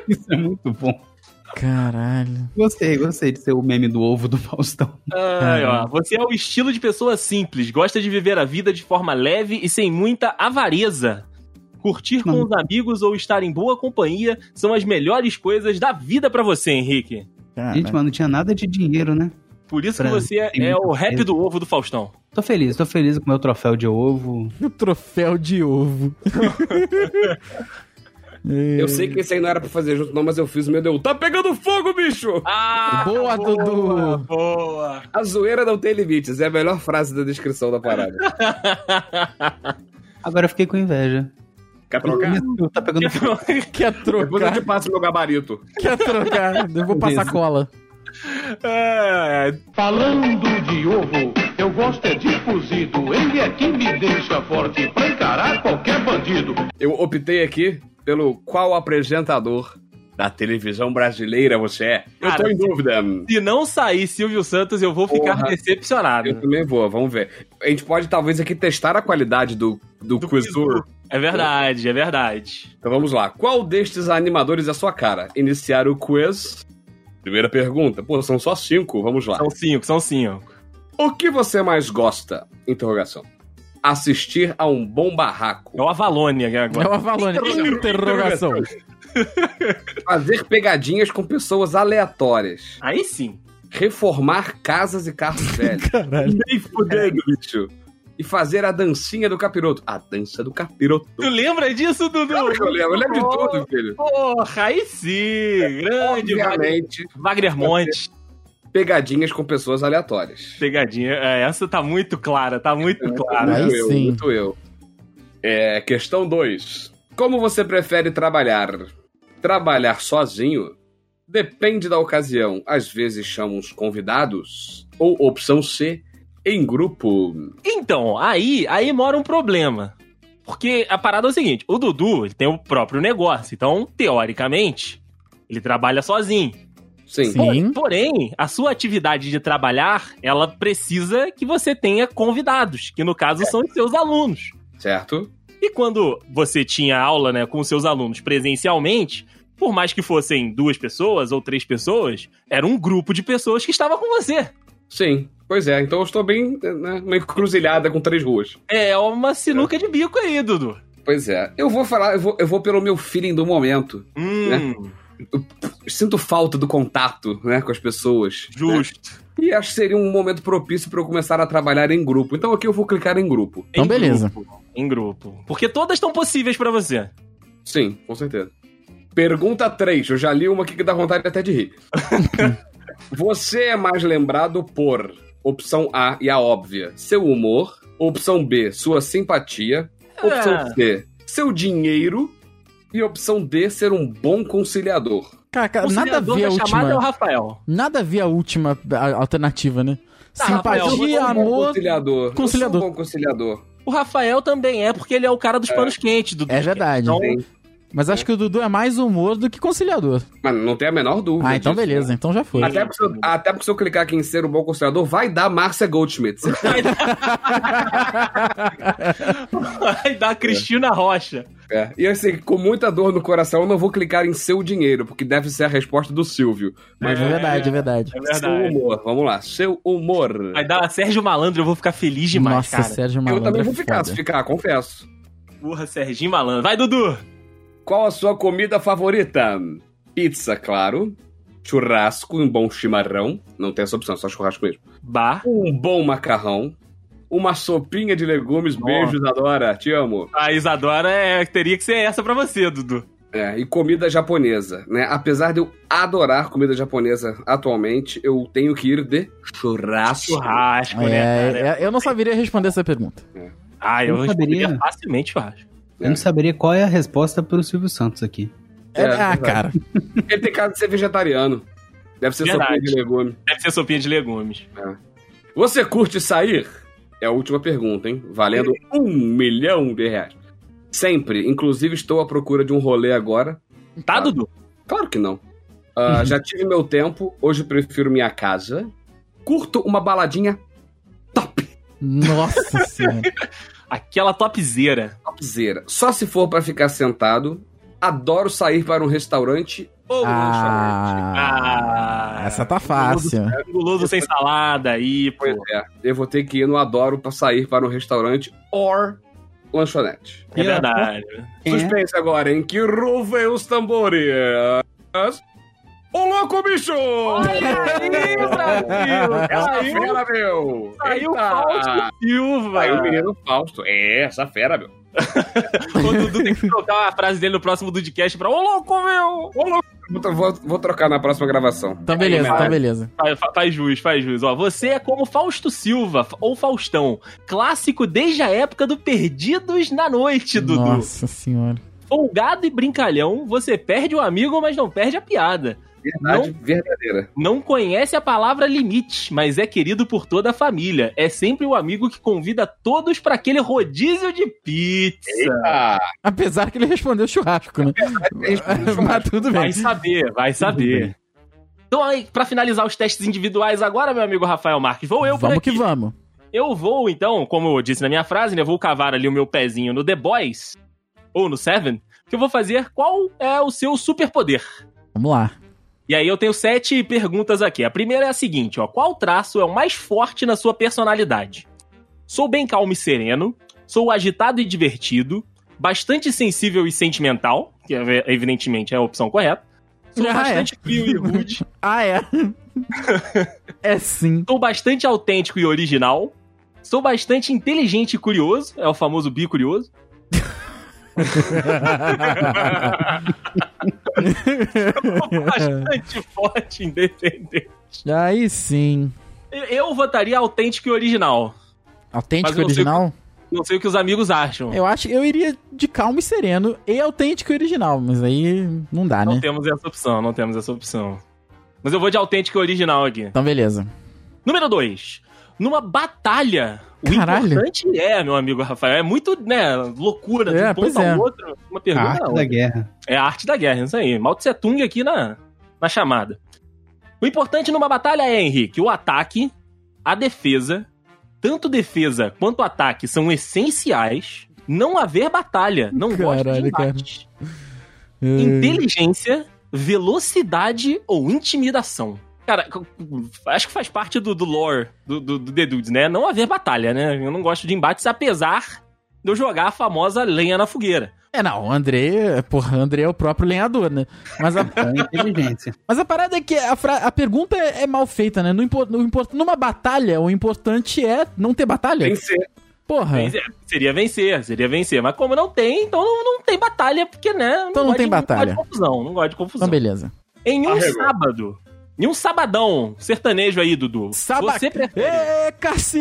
S4: Isso é muito bom.
S1: Caralho.
S4: Gostei, gostei de ser o meme do ovo do Faustão.
S2: Ai, ó, você é o estilo de pessoa simples, gosta de viver a vida de forma leve e sem muita avareza. Curtir com
S4: Mano.
S2: os amigos ou estar em boa companhia são as melhores coisas da vida pra você, Henrique.
S1: Caralho.
S4: Gente, Ah, mas não tinha nada de dinheiro, né?
S2: Por isso que
S4: Pra-
S2: você é,
S4: tem
S2: é
S4: muita
S2: o rap
S4: coisa.
S2: do ovo do Faustão.
S4: Tô feliz, tô feliz com o meu troféu de ovo.
S1: O troféu de ovo.
S3: Eu sei que esse aí não era pra fazer junto, não, mas eu fiz o meu deu. Tá pegando fogo, bicho!
S2: Ah!
S1: Boa, Dudu!
S2: Boa!
S3: A zoeira não tem limites, é a melhor frase da descrição da parada.
S4: Agora eu fiquei com inveja.
S3: Quer trocar?
S4: Eu tá pegando
S1: Quer
S3: Depois eu
S1: trocar?
S3: te passo meu gabarito.
S1: Quer trocar? Eu vou passar
S4: Beleza.
S1: cola.
S2: É,
S6: Falando de ovo, eu gosto é de cozido. Ele é que me deixa forte pra encarar qualquer bandido.
S3: Eu optei aqui pelo qual apresentador da televisão brasileira você é. Eu tô
S2: Cara,
S3: em dúvida.
S2: se não sair Silvio Santos, eu vou ficar
S3: Porra. Eu
S2: decepcionado.
S3: também vou, vamos ver. A gente pode talvez aqui testar a qualidade do, do,
S2: Do
S3: Quizur.
S2: É verdade, é verdade.
S3: Então vamos lá. Qual destes animadores é a sua cara? Iniciar o quiz. Primeira pergunta. Pô, são só cinco. Vamos lá.
S2: São cinco, são cinco.
S3: O que você mais gosta? Interrogação. Assistir a um bom barraco.
S2: É o Avalone aqui
S1: É
S2: agora.
S1: uma valônia. Interrogação.
S3: Fazer pegadinhas com pessoas aleatórias.
S2: Aí sim.
S3: Reformar casas
S1: [LAUGHS]
S3: e carros velhos.
S1: Caralho. É.
S3: Nem fudendo, bicho. E fazer a dancinha do capiroto. A dança do capiroto.
S2: Tu lembra disso, Dudu?
S3: Claro que eu lembro, eu lembro de tudo, filho.
S2: Porra, aí sim. Grande Wagner,
S3: Obviamente,
S2: Wagner Monte.
S3: pegadinhas com pessoas aleatórias.
S2: Pegadinha. É, essa tá muito clara, tá muito clara.
S1: Aí
S3: muito eu,
S1: sim.
S3: muito eu. É, questão 2. Como você prefere trabalhar? Trabalhar sozinho? Depende da ocasião. Às vezes chamam os convidados. Ou opção C, em grupo.
S2: Então, aí, aí mora um problema. Porque a parada é o seguinte, o Dudu ele tem o próprio negócio, então, teoricamente, Ele trabalha sozinho.
S3: Sim.
S1: Sim.
S2: Por- Porém, a sua atividade de trabalhar, ela precisa que você tenha convidados, que no caso são os seus alunos.
S3: Certo?
S2: E quando você tinha aula né, com seus alunos presencialmente, por mais que fossem duas pessoas ou três pessoas, era um grupo de pessoas que estava com você.
S3: Sim. Pois é, então eu estou bem né, uma encruzilhada com três ruas.
S2: É uma sinuca de bico aí, Dudu.
S3: Pois é. Eu vou falar, eu vou, eu vou pelo meu feeling do momento.
S1: É.
S2: Hum,
S3: Sinto falta do contato, né, com as pessoas.
S2: justo.
S3: E acho que seria um momento propício para eu começar a trabalhar em grupo. Então aqui eu vou clicar em grupo.
S1: Então,
S2: Em
S1: beleza.
S2: grupo, em grupo. Porque todas estão possíveis pra você.
S3: Sim, com certeza. Pergunta 3. Eu já li uma aqui que dá vontade até
S1: [LAUGHS]
S3: de rir. Você é mais lembrado por opção A e a óbvia, seu humor, opção B, sua simpatia, opção
S2: É.
S3: C, seu dinheiro e opção D, ser um bom conciliador.
S1: Cara, cara,
S2: O
S1: nada a
S2: vereador
S1: ver a
S2: da chamada é o
S1: última.
S2: Rafael.
S1: Nada a ver a última a- alternativa, né?
S2: Tá, Rafael,
S3: Eu sou
S1: Simpatia,
S3: um bom
S1: amor.
S3: conciliador. Eu
S1: conciliador.
S3: sou um bom conciliador.
S2: O Rafael também é, porque ele é o cara dos panos quentes, Dudu.
S1: É verdade.
S2: Então,
S3: Sim.
S1: Mas acho que o Dudu é mais humor do que conciliador.
S3: Mas não tem a menor dúvida.
S1: Ah, então
S3: disso, né?
S1: beleza, então já foi.
S3: Até porque, se eu, até porque se eu clicar aqui em ser um bom conciliador, vai dar Márcia Goldschmidt.
S2: [LAUGHS] vai dar Cristina Rocha.
S3: É, E assim, com muita dor no coração, eu não vou clicar em seu dinheiro, porque deve ser a resposta do Silvio.
S1: É
S3: Mas
S1: verdade, é verdade.
S2: É
S3: seu
S2: verdade.
S3: humor, vamos lá, seu humor.
S2: Vai dar Sérgio Malandro, eu vou ficar feliz é demais,
S1: Nossa,
S2: cara.
S1: Sérgio
S3: eu
S1: Malandro.
S3: também
S1: é
S3: vou ficar,
S1: foda.
S3: assim, se ficar, confesso.
S2: Porra, Serginho Malandro. Vai, Dudu.
S3: Qual a sua comida favorita? Pizza, claro. Churrasco, um bom chimarrão. Não tem essa opção, só churrasco mesmo.
S2: Bah.
S3: Um bom macarrão. Uma sopinha de legumes,
S2: Nossa.
S3: beijos, adora, te amo.
S2: A Isadora é- teria que ser essa pra você, Dudu.
S3: É, e comida japonesa, né? Apesar de eu adorar comida japonesa atualmente, eu tenho que ir de churrasco.
S2: Churrasco,
S1: É,
S2: né, cara?
S1: é, eu não saberia responder essa pergunta.
S2: Ah, eu
S4: Não saberia.
S2: responderia facilmente churrasco.
S4: Eu não saberia qual é a resposta pro Silvio Santos aqui.
S1: É,
S3: É,
S1: ah,
S3: verdade.
S1: cara.
S3: Ele tem cara de ser vegetariano. Deve ser
S2: Verdade.
S3: sopinha de legume.
S2: Deve ser sopinha de legumes.
S3: Você curte sair? É a última pergunta, hein? Valendo um milhão de reais. Sempre. Inclusive, estou à procura de um rolê agora.
S2: Tá,
S1: Ah.
S3: Tá.
S2: Dudu?
S3: Claro que não. Ah, Já tive meu tempo, hoje prefiro minha casa. Curto uma baladinha top,
S1: Nossa senhora.
S2: Aquela topzeira.
S3: topzera. Só se for pra ficar sentado. Adoro sair para um restaurante ou um lanchonete.
S1: Ah, essa tá fácil.
S2: É, Guloso sem salada aí, pô.
S3: Pois é, eu vou ter que ir no adoro pra sair para um restaurante or lanchonete.
S1: tá
S2: É verdade.
S4: Quem é?
S3: Suspense agora, hein? Que ruvem os tambores. Ô, louco, bicho!
S2: Aí, Brasil!
S1: tá
S3: Essa
S2: Saiu-
S3: fera, meu!
S2: Saiu o
S3: Eita!
S2: Fausto Silva.
S3: Saiu o menino Fausto. É, essa fera, meu.
S2: O Dudu tem que trocar a frase dele no próximo Dudcast pra Ô louco, meu! Ô louco!
S3: Vou, vou- vou trocar na próxima gravação.
S1: Então beleza, então beleza.
S2: Faz, fa- faz jus, faz jus. Ó, você é como Fausto Silva, fa- ou Faustão, clássico desde a época do Perdidos na Noite, Dudu.
S1: Nossa senhora.
S2: Folgado e brincalhão, você perde o amigo, mas não perde a piada.
S3: Verdade verdadeira.
S2: Não conhece a palavra limite, mas é querido por toda a família. É sempre o amigo que convida todos pra aquele rodízio de pizza.
S3: Eita!
S1: Apesar que ele respondeu churrasco, né? [LAUGHS] Mas tudo bem.
S2: Vai saber, vai saber. Então, aí, pra finalizar os testes individuais agora, meu amigo Rafael Marques, vou eu por
S1: vamos
S2: aqui.
S1: que vamos.
S2: Eu vou, então, como eu disse na minha frase, né? Eu vou cavar ali o meu pezinho no The Boys, ou no Seven, que eu vou fazer qual é o seu superpoder.
S1: Vamos lá.
S2: E aí eu tenho sete perguntas aqui. A primeira é a seguinte, ó. Qual traço é o mais forte na sua personalidade? Sou bem calmo e sereno, sou agitado e divertido, bastante sensível e sentimental, que é, evidentemente é a opção correta, sou
S1: Ah, é.
S2: bastante frio e rude,
S1: Ah, é. [LAUGHS] é
S2: [LAUGHS]
S1: sim.
S2: Sou bastante autêntico e original. Sou bastante inteligente e curioso. É o famoso bi curioso. Sou [LAUGHS] bastante forte e independente.
S1: Aí sim.
S2: Eu- Eu votaria autêntico e original. Mas
S1: Autêntico
S2: eu não sei
S1: original?
S2: Não sei o que os amigos acham.
S1: Eu acho que eu iria de calmo e sereno e autêntico e original, mas aí não dá,
S2: não
S1: né?
S2: temos essa opção, não temos essa opção. Mas eu vou de autêntico e original aqui.
S1: Então beleza.
S2: Número 2. numa batalha. O
S1: Caralho.
S2: importante é, meu amigo Rafael, é muito, né, loucura de
S1: É,
S2: um
S1: pois
S2: ponto ao
S1: é.
S2: outro, uma
S4: A
S2: pergunta a
S4: arte da
S2: outra.
S4: guerra.
S2: É a arte da guerra, isso aí. Mao Tse Tung aqui na, na chamada. O importante numa batalha é, Henrique, o ataque, a defesa. Tanto defesa quanto ataque são essenciais. Não haver batalha. Não gosto de
S1: Caralho, cara.
S2: embates. Inteligência, velocidade ou intimidação. Cara, c- acho que faz parte do, do lore do, do, do The Dudes, né? Não haver batalha, né? Eu não gosto de embates, apesar de eu jogar a famosa lenha na fogueira.
S1: É, não, o André, porra, o André é o próprio lenhador, né? Mas
S2: [LAUGHS]
S1: a,
S4: Então, inteligência.
S1: mas a parada é que a, fra- a pergunta é, é mal feita, né? No, impor- no impor- numa batalha, o importante é não ter batalha.
S3: Tem que ser.
S1: Porra.
S2: Vencer- Seria vencer, seria vencer. Mas como não tem, então não, não tem batalha, porque, né?
S1: Então não
S2: gosto
S1: tem
S2: de-
S1: batalha.
S2: Não gosto de confusão, não gosto de confusão.
S1: Então, beleza.
S2: Em um
S3: Arregou.
S2: sábado, em um sabadão sertanejo aí, Dudu.
S1: Sabac...
S2: Você prefere.
S1: Ê,
S2: [LAUGHS]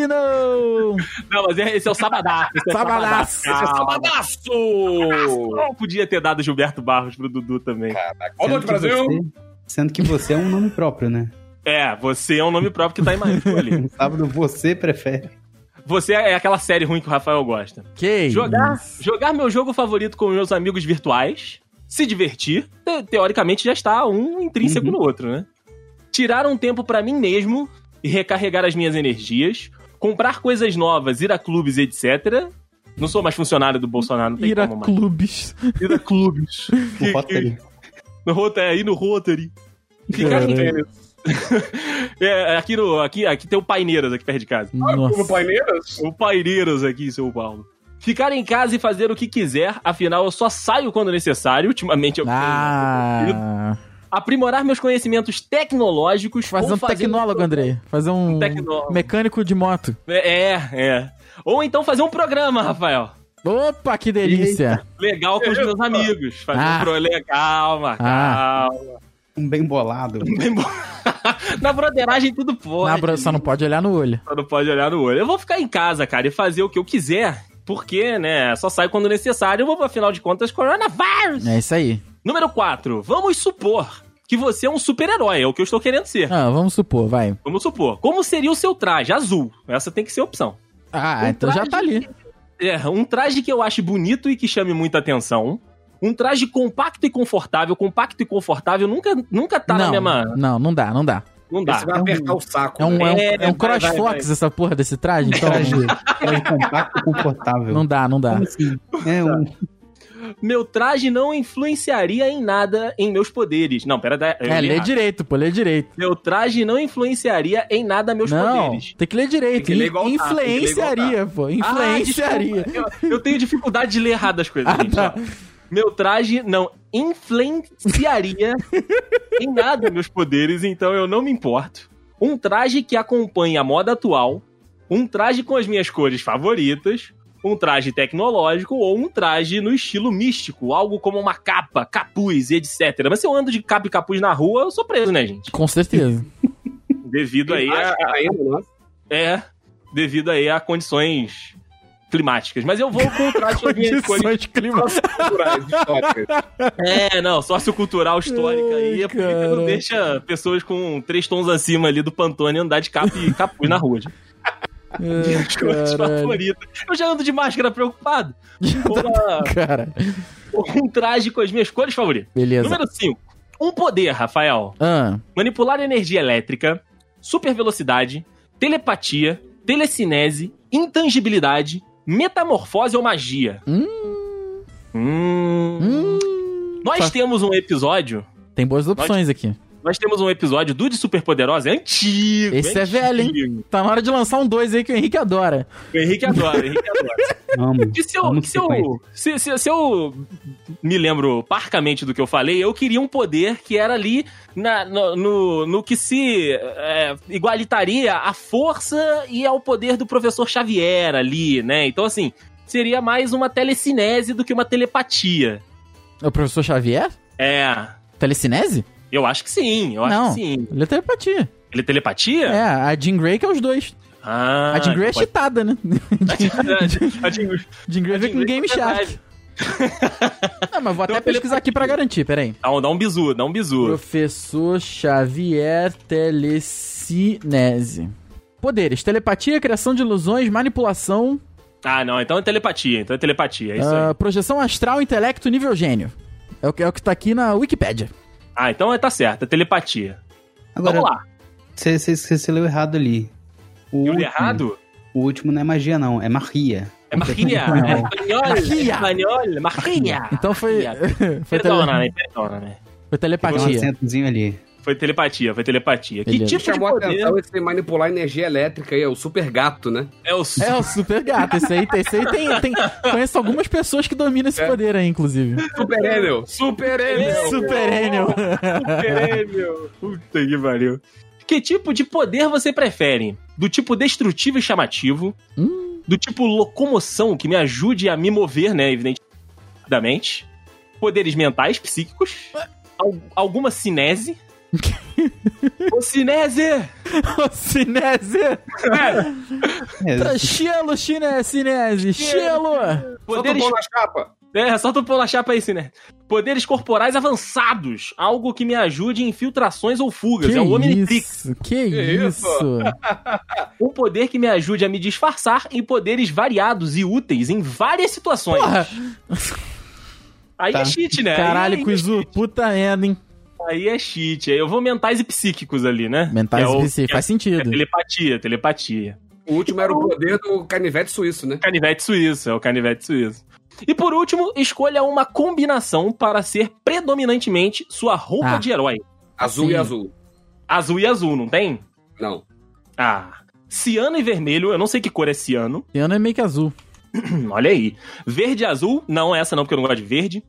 S1: Cassino!
S2: Não, mas esse é o sabadá. Esse é o
S1: Sabadaço.
S2: sabadá.
S1: Esse é
S3: Sabadaço!
S2: Não podia ter dado Gilberto Barros pro Dudu também.
S3: Boa
S4: Sendo
S3: noite,
S4: que
S3: Brasil!
S4: você- sendo que você é um nome próprio, né?
S2: É, você é um nome próprio que tá em
S1: [LAUGHS]
S2: maiúsculo ali.
S4: Sábado você prefere.
S2: Você é aquela série ruim que o Rafael gosta.
S1: Que
S2: Jogar,
S1: É isso.
S2: jogar meu jogo favorito com meus amigos virtuais, se divertir, te- teoricamente já está um intrínseco no outro, né? Tirar um tempo pra mim mesmo e recarregar as minhas energias, comprar coisas novas, ir a clubes, etc. Não sou mais funcionário do Bolsonaro, não tem
S1: Ir a
S2: como mais.
S1: clubes.
S2: Ir a clubes. [LAUGHS]
S4: O Rotary.
S2: No Rotary, aí no Rotary. Ficar em
S1: Caralho.
S2: É, aqui, no, aqui, aqui tem o Paineiras aqui perto de casa.
S3: Como
S1: Nossa.
S3: paineiras?
S2: O Paineiras aqui em São Paulo. Ficar em casa e fazer o que quiser, afinal eu só saio quando necessário, ultimamente eu
S1: Ah,
S2: Aprimorar meus conhecimentos tecnológicos.
S1: fazer
S2: ou
S1: um tecnólogo, Andrei. Fazer um,
S2: Um tecnólogo.
S1: mecânico de moto.
S2: É, é. Ou então fazer um programa, Rafael.
S1: Opa, que delícia.
S2: Legal com os meus amigos. Fazer
S1: Ah.
S2: um pro... le- Calma,
S1: Ah.
S2: calma.
S4: Um bem
S1: [LAUGHS]
S4: bolado.
S2: [LAUGHS] Na broderagem tudo pode.
S1: Na bro- só não pode olhar no olho.
S2: Só não pode olhar no olho. Eu vou ficar em casa, cara, e fazer o que eu quiser. Porque, né, só saio quando necessário. Eu vou, afinal de contas, coronavírus.
S1: É isso aí.
S2: Número 4. Vamos supor que você é um super-herói. É o que eu estou querendo ser.
S1: Ah, vamos supor, vai.
S2: Vamos supor. Como seria o seu traje? Azul. Essa tem que ser a opção. Um
S1: Ah, então já tá ali.
S2: É, um traje que eu ache bonito e que chame muita atenção. Um traje compacto e confortável. Compacto e confortável nunca, nunca tá na
S1: não,
S2: mesma.
S1: não, não dá, não dá.
S2: Não
S3: Você
S2: dá.
S3: vai
S1: é um-
S3: apertar o saco. né?
S1: É um, é um,
S2: É,
S1: é um
S2: vai, vai,
S1: crossfox essa porra desse traje, então.
S4: Traje, traje é um compacto e confortável.
S1: Não dá, não dá. Tá.
S4: Como assim? É um.
S2: Meu traje não influenciaria em nada em meus poderes. Não, pera, tá, eu
S1: É,
S2: li
S1: lê
S2: errado.
S1: direito, pô, lê direito.
S2: Meu traje não influenciaria em nada meus
S1: não,
S2: poderes.
S1: tem que ler direito.
S3: Tem que ler
S1: In-
S3: igual tá, tem que ler igual
S1: influenciaria, pô. Influenciaria.
S2: Ah, desculpa, eu, eu tenho dificuldade de ler errado as coisas,
S1: Ah,
S2: gente.
S1: tá.
S2: ó. Meu traje não
S1: [LAUGHS]
S2: influenciaria em nada meus poderes, então eu não me importo. Um traje que acompanhe a moda atual, um traje com as minhas cores favoritas, um traje tecnológico ou um traje no estilo místico, algo como uma capa, capuz, etc. Mas se eu ando de capa e capuz na rua, eu sou preso, né, gente?
S1: Com
S2: [LAUGHS]
S1: certeza.
S2: Devido aí a,
S3: Ah, ainda não.
S2: é, devido aí a condições climáticas. Mas eu vou com
S1: [LAUGHS]
S2: o traje das minhas cores
S1: Condições
S2: [LAUGHS]
S1: climáticas.
S3: Culturais, [LAUGHS] históricas.
S2: É, não, sociocultural histórica aí.
S1: Ai,
S2: É porque você
S1: cara.
S2: não deixa pessoas com três tons acima ali do Pantone andar de capa e capuz na rua. gente.
S1: É,
S2: Minhas cores
S1: Caralho.
S2: favoritas. Eu já ando de máscara preocupado.
S1: [LAUGHS]
S2: Uma-
S1: Cara,
S2: um traje com as minhas cores favoritas.
S1: beleza.
S2: Número 5. Um poder, Rafael.
S1: Ah,
S2: Manipular energia elétrica, super velocidade, telepatia, telecinese, intangibilidade, metamorfose ou magia. Hum.
S1: hum,
S2: Nós
S1: Tá.
S2: temos um episódio
S1: tem boas opções aqui.
S2: Nós temos um episódio do de Superpoderosa, é antigo.
S1: Esse é
S2: antigo.
S1: velho, hein? Tá na hora de lançar um 2 aí que o Henrique adora.
S2: O Henrique adora, o Henrique adora.
S4: Amo.
S2: E se eu,
S4: Amo
S2: se, eu, se, se- se eu me lembro parcamente do que eu falei, eu queria um poder que era ali na- no, no, no que se é, igualitaria à força e ao poder do professor Xavier ali, né? Então, assim, seria mais uma telecinese do que uma telepatia.
S1: É o professor Xavier?
S2: É,
S1: Telecinese?
S2: eu acho que sim, eu
S1: Não.
S2: acho que sim.
S1: Ele é telepatia.
S2: Ele é telepatia?
S1: É, a Jean Grey que é os dois.
S2: Ah,
S1: a Jean Grey é
S2: pode-
S1: cheatada,
S2: [LAUGHS]
S1: né?
S2: A [LAUGHS] Jean Grey. é
S1: Jean Grey vem com Game Shark. [LAUGHS] Não, mas vou até
S2: Então,
S1: pesquisar aqui pra garantir, peraí.
S2: Dá um, dá um bizu, dá um bizu.
S1: Professor Xavier Telecinese. Poderes: telepatia, criação de ilusões, manipulação,
S2: Ah, não, então é telepatia, então é telepatia, é isso
S1: ah,
S2: aí.
S1: projeção astral, intelecto, nível gênio. É o que, é o que tá aqui na Wikipédia.
S2: Ah, então é- tá certo, é telepatia.
S4: Agora,
S2: Vamos lá.
S4: você- você você- você leu errado ali. O
S2: Eu li
S4: último-
S2: errado?
S4: O último não é magia, não. É magia.
S2: É Maria, é espanhol,
S1: Magia.
S2: espanhol, é Maria.
S1: Então foi. [LAUGHS] foi,
S2: Perdona,
S1: tele,
S2: né? Perdona, né?
S1: foi
S4: Tem um
S1: telepatia.
S4: acentozinho ali.
S2: Foi telepatia, foi telepatia.
S1: Beleza.
S2: Que tipo de
S3: Chamou a
S2: poder
S3: atenção esse manipular energia elétrica aí, é o super gato, né?
S2: é o...
S1: É o super gato. Esse aí, esse aí tem, tem. Conheço algumas pessoas que dominam
S2: É.
S1: esse poder aí, inclusive.
S3: Super Enel! Super Enel!
S1: Super Enel.
S2: Grêmio. Puta que pariu. Que tipo de poder você prefere? Do tipo destrutivo e chamativo?
S1: Hum.
S2: Do tipo locomoção, que me ajude a me mover, né? Evidentemente. Poderes mentais, psíquicos. Al-
S1: [LAUGHS]
S2: alguma cinese. Ô, cinese! É,
S1: O Cinese!
S4: É,
S1: Tra- Xelo, chine, Cinese! Xelo!
S3: Solta o
S2: Poderes.
S3: bom na chapa!
S2: É, solta o pela chapa aí, cinese. Poderes corporais avançados. Algo que me ajude em infiltrações ou fugas.
S1: Que
S2: é o Omnitrix.
S1: isso? Que isso?
S2: Um poder que me ajude a me disfarçar em poderes variados e úteis em várias situações.
S1: Porra!
S2: Aí
S4: Tá.
S2: é cheat, né?
S1: Caralho,
S2: aí,
S1: Kuizu, puta merda, hein?
S2: Aí é cheat. Aí eu vou mentais e psíquicos ali, né?
S1: Mentais
S2: é o-
S1: PC,
S2: que é-
S1: faz
S2: que é
S1: sentido.
S2: telepatia, telepatia.
S3: O último era o poder do canivete suíço, né?
S2: Canivete suíço, é o canivete suíço. E por último, escolha uma combinação para ser predominantemente sua roupa
S1: Ah.
S2: de herói.
S3: Azul
S1: Sim.
S3: e azul.
S2: Azul e azul, não tem?
S3: Não.
S2: Ah. Ciano e vermelho, eu não sei que cor é ciano.
S1: Esse ano é meio que azul.
S2: Hum, Olha aí. Verde e azul, não essa não, porque eu não gosto de verde.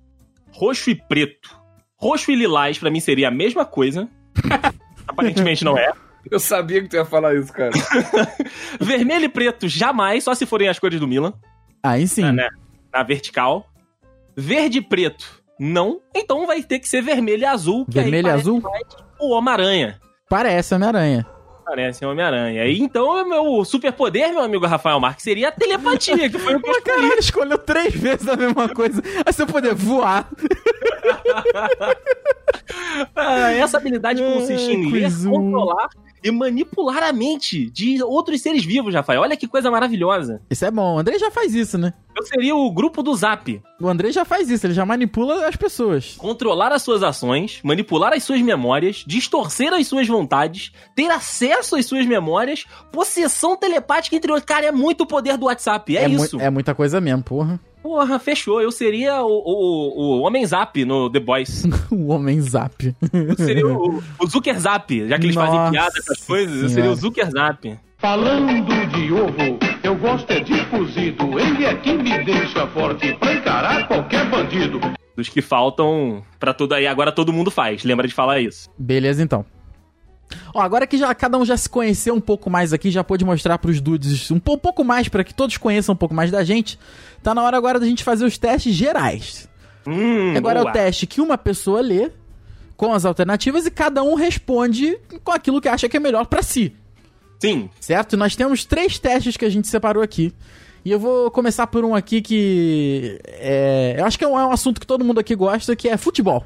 S2: Roxo e preto. Roxo e lilás, pra mim, seria a mesma coisa. [LAUGHS] Aparentemente não é.
S3: Eu sabia que tu ia falar isso, cara.
S2: Vermelho e preto, jamais, só se forem as cores do Milan.
S1: Aí sim.
S2: né? Na vertical. Verde e preto, não. Então vai ter que ser vermelho e azul. Que
S1: Vermelho e
S2: aí parece
S1: azul?
S2: mais O Homem-Aranha.
S1: Parece Homem-Aranha.
S2: Parece o Homem-Aranha. E Então, o meu superpoder, meu amigo Rafael Marques, seria a telepatia, que foi o que eu
S1: Mas caralho, escolheu três vezes a mesma coisa. Aí você poder voar.
S2: Ah, essa habilidade consiste em
S1: Ai,
S2: ler,
S1: coisu.
S2: controlar e manipular a mente de outros seres vivos, Rafael. Olha que coisa maravilhosa.
S1: Isso é bom. O André já faz isso, né?
S2: Eu seria o grupo do Zap.
S1: O André já faz isso, ele já manipula as pessoas.
S2: Controlar as suas ações, manipular as suas memórias, distorcer as suas vontades, ter acesso às suas memórias, possessão telepática, entre outros. Cara, é muito o poder do WhatsApp. É,
S1: mui-
S2: isso.
S1: é muita coisa mesmo, porra. [LAUGHS]
S2: Porra, fechou. Eu seria o, o, o Homem Zap no The Boys.
S1: O Homem Zap.
S2: Eu seria o, o Zucker Zap, já que eles
S1: Nossa
S2: fazem piada, essas coisas. Eu seria
S1: Senhora.
S2: o Zucker Zap.
S6: Falando de ovo, eu gosto é de cozido. Ele é que me deixa forte pra encarar qualquer bandido.
S2: dos que faltam pra tudo aí. Agora todo mundo faz, lembra de falar isso.
S1: Beleza, então. Ó, agora que já cada um já se conheceu um pouco mais aqui, já pôde mostrar pros dudes um po- pouco mais pra que todos conheçam um pouco mais da gente, tá na hora agora da gente fazer os testes
S2: [LAUGHS]
S1: gerais.
S2: Hum,
S1: agora é
S2: boa.
S1: o teste que uma pessoa lê com as alternativas e cada um responde com aquilo que acha que é melhor pra si,
S2: Sim,
S1: certo? E nós temos três testes que a gente separou aqui. E eu vou começar por um aqui que é, eu acho que é um- é um assunto que todo mundo aqui gosta, que é futebol.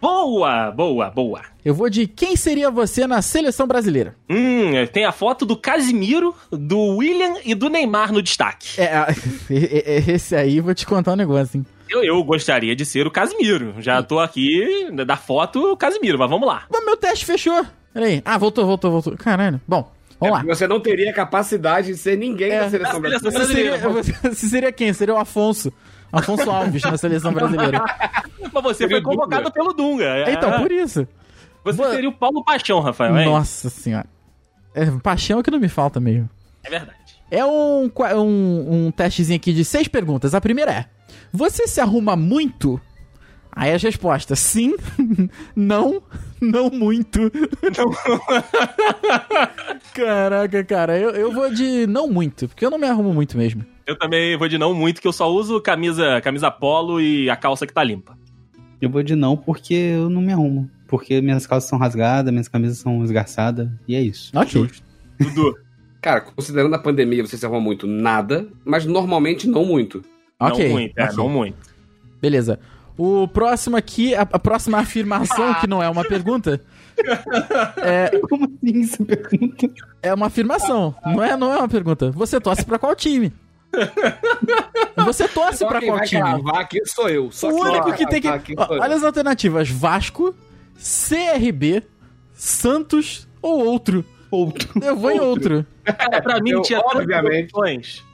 S2: boa, boa, boa.
S1: Eu vou de quem seria você na seleção brasileira?
S2: Hum, tem a foto do Casimiro, do William e do Neymar no destaque.
S1: É, a- [LAUGHS] e- e- esse aí vou te contar um negócio, hein?
S2: Eu, eu gostaria de ser o Casimiro. Já tô aqui né, da foto o Casimiro, mas vamos lá.
S1: Mas meu teste fechou. Peraí. Ah, voltou, voltou, voltou. Caralho. Bom,
S3: É
S1: vamos
S3: porque
S1: lá.
S3: Você não teria capacidade de ser ninguém
S1: É,
S3: da seleção
S2: da seleção
S3: brasileira.
S1: Você seria,
S2: brasileira,
S1: [LAUGHS] você seria quem? Seria o Afonso. Afonso Alves na seleção brasileira. [LAUGHS]
S2: Mas você
S3: Seria
S2: foi
S3: o Dunga.
S2: convocado pelo Dunga. é.
S1: Então, por isso.
S2: Você seria o Paulo Paixão, Rafael. hein?
S1: Nossa senhora. É, paixão que não me falta mesmo.
S2: É verdade.
S1: É um, qua- um, um testezinho aqui de seis perguntas. A primeira é: Você se arruma muito? Aí as respostas: sim, [LAUGHS] não, não muito. [LAUGHS] Caraca, cara, eu, eu vou de não muito, porque eu não me arrumo muito mesmo.
S2: Eu também vou de não muito, que eu só uso camisa, camisa polo e a calça que tá limpa.
S4: Eu vou de não porque eu não me arrumo. Porque minhas calças são rasgadas, minhas camisas são esgarçadas. E é isso.
S1: Ok.
S2: Dudu,
S3: Cara, considerando a pandemia, você se arruma muito nada, mas normalmente não muito.
S2: não
S1: ok.
S2: muito, é,
S1: ok.
S2: não muito.
S1: Beleza. O próximo aqui, a, a próxima
S2: Ah!
S1: afirmação, que não é uma
S2: [LAUGHS]
S1: pergunta,
S4: [LAUGHS] Como assim essa pergunta?
S1: é uma afirmação. Não é, não é uma pergunta. Você torce pra qual
S3: [LAUGHS]
S1: time? Você torce
S3: Só
S1: pra
S3: quem
S1: qual
S3: vai
S1: time?
S3: cravar aqui sou eu. Só
S1: O
S3: quem
S1: único
S3: vai
S1: que tem que.
S3: cravar aqui
S1: Ó,
S3: sou eu.
S1: Olha as alternativas: Vasco, CRB, Santos ou outro.
S4: Outro.
S1: Eu vou em outro.
S2: Cara, É, pra mim
S3: eu,
S2: tinha tantas
S3: obviamente.
S2: opções.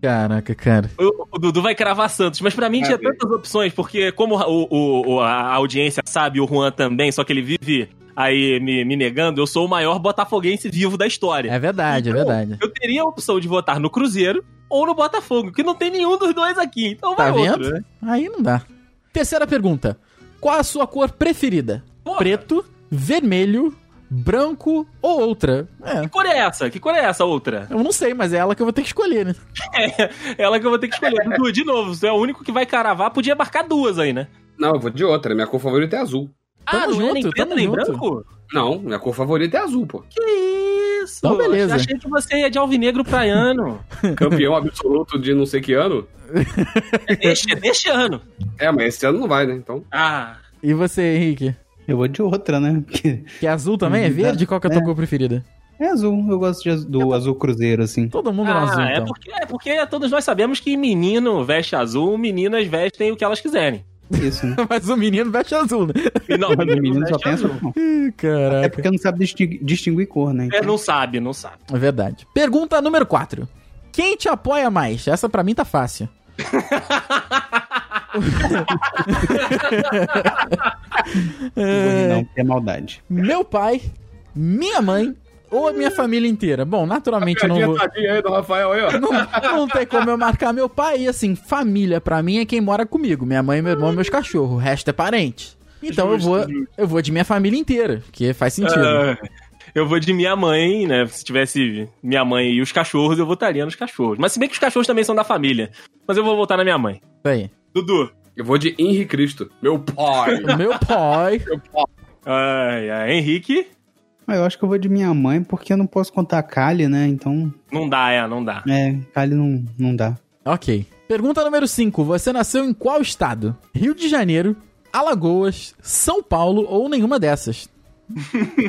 S1: Caraca, cara.
S2: O, o Dudu vai cravar Santos, mas pra mim tinha
S3: Cravei.
S2: tantas opções, porque como o, o- o- a audiência sabe, o Juan também, só que ele vive aí me, me negando, eu sou o maior botafoguense vivo da história.
S1: É verdade, é verdade.
S2: Eu teria a opção de votar no Cruzeiro ou no Botafogo, que não tem nenhum dos dois aqui. Então
S1: Tá
S2: vai outro.
S1: vendo? Aí não dá. Terceira pergunta: Qual a sua cor preferida?
S2: Porra.
S1: Preto, vermelho, branco ou outra? É,
S2: Que cor é essa? Que cor é essa outra?
S1: eu não sei, mas é ela que eu vou ter que escolher, né?
S2: Ela que eu vou ter que
S1: [LAUGHS]
S2: escolher. Dudu, de novo, você é o único que vai cravar, podia marcar duas aí, né?
S3: Não, eu vou de outra. Minha cor favorita é azul.
S2: ah,
S1: Tamo
S2: não é nem
S1: junto,
S2: preto
S1: tamo
S2: nem
S1: junto.
S2: branco?
S3: Não, minha cor favorita é
S1: [LAUGHS]
S3: azul, pô.
S2: Que isso?
S1: Então, beleza.
S2: Achei que você ia de alvinegro praiano.
S3: Campeão absoluto de não sei que ano.
S2: É deste, é deste ano.
S3: É, mas esse ano não vai, né? Então.
S2: Ah,
S1: E você, Henrique?
S4: Eu vou de outra, né? Porque
S1: Que é azul também? É
S4: Hum,
S1: verde? Qual que é a tua
S4: é.
S1: cor preferida?
S4: é azul. Eu gosto de azul- do azul cruzeiro, assim.
S1: Todo mundo no
S2: Ah,
S1: azul,
S2: é,
S1: então.
S2: porque, é porque todos nós sabemos que menino veste azul, meninas vestem o que elas quiserem.
S4: Isso, né?
S1: [LAUGHS] Mas o menino veste azul, né?
S4: [LAUGHS]
S2: E Não,
S4: O menino só
S2: veste
S4: tem
S2: azul.
S4: azul.
S1: Ih,
S4: É
S1: Caraca.
S4: porque não sabe distingui- distinguir cor, né?
S2: É, não sabe, não sabe.
S1: É verdade. Pergunta número 4. Quem te apoia mais? Essa pra mim tá fácil. [LAUGHS]
S4: Não vou rir, não, porque é maldade.
S1: Meu pai, minha mãe ou a minha família inteira? Bom, naturalmente eu não vou...
S3: tadinha aí do Rafael aí, ó.
S1: Não, não tem como eu marcar meu pai. E assim, família pra mim é quem mora comigo. Minha mãe, meu irmão, meus cachorros. O resto é parente. Então eu vou, eu vou de minha família inteira, que faz sentido.
S2: Ah, eu vou de minha mãe, né? Se tivesse minha mãe e os cachorros, eu votaria nos cachorros. Mas se bem que os cachorros também são da família. Mas eu vou votar na minha mãe.
S1: Isso aí.
S2: Dudu.
S3: Eu vou de Henri Cristo.
S1: [LAUGHS]
S3: Meu pai.
S1: Meu pai.
S2: Ai, ai, Henrique.
S4: Ah, eu acho que eu vou de minha mãe, porque eu não posso contar a Kali, né? Então,
S2: Não dá, é, não dá.
S4: é, Kali não, não dá.
S1: Ok. Pergunta número 5. Você nasceu em qual estado? Rio de Janeiro, Alagoas, São Paulo ou nenhuma dessas?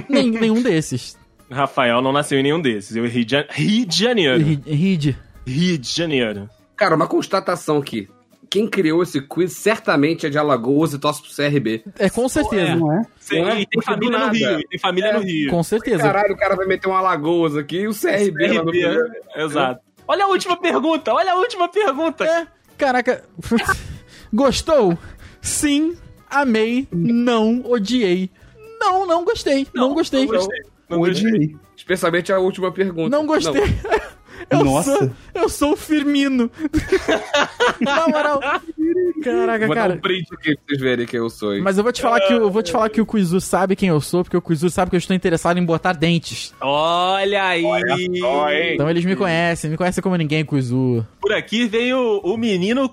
S1: Nem, nenhum desses.
S2: Rafael não nasceu em nenhum desses. Eu Rio de, Jan- Rio de Janeiro.
S1: Ri- Ride.
S2: Rio de Janeiro.
S3: Cara, uma constatação aqui. Quem criou esse quiz certamente é de Alagoas e torce pro CRB.
S1: É com certeza.
S4: Não é?
S2: Sim,
S3: Não é
S2: e tem
S3: porque
S2: família
S3: do
S2: no
S3: nada.
S2: Rio. e Tem família no Rio.
S1: Com certeza.
S3: Caralho, o cara vai meter um Alagoas aqui e o CRB, lá no
S2: CRB,
S3: primeiro.
S2: né? Exato. Olha a última pergunta, olha a última pergunta.
S1: É, caraca. [LAUGHS] Gostou? Sim, amei, não odiei. Não, não gostei. Não, gostei.
S2: Não gostei. Não gostei.
S4: Odiei.
S3: Especialmente a última pergunta.
S1: Não gostei. [LAUGHS] Eu
S4: Nossa.
S1: Sou, eu sou o Firmino. [LAUGHS] Na moral. Caraca,
S3: Vou dar
S1: cara.
S3: um print aqui pra vocês verem quem eu sou. hein?
S1: Mas eu vou te falar que o- eu vou te falar que o Kuizu sabe quem eu sou, porque o Kuizu sabe que eu estou interessado em botar dentes.
S2: Olha aí.
S3: Tá
S1: Então eles me conhecem, me conhecem como ninguém, Kuizu.
S2: Por aqui veio o menino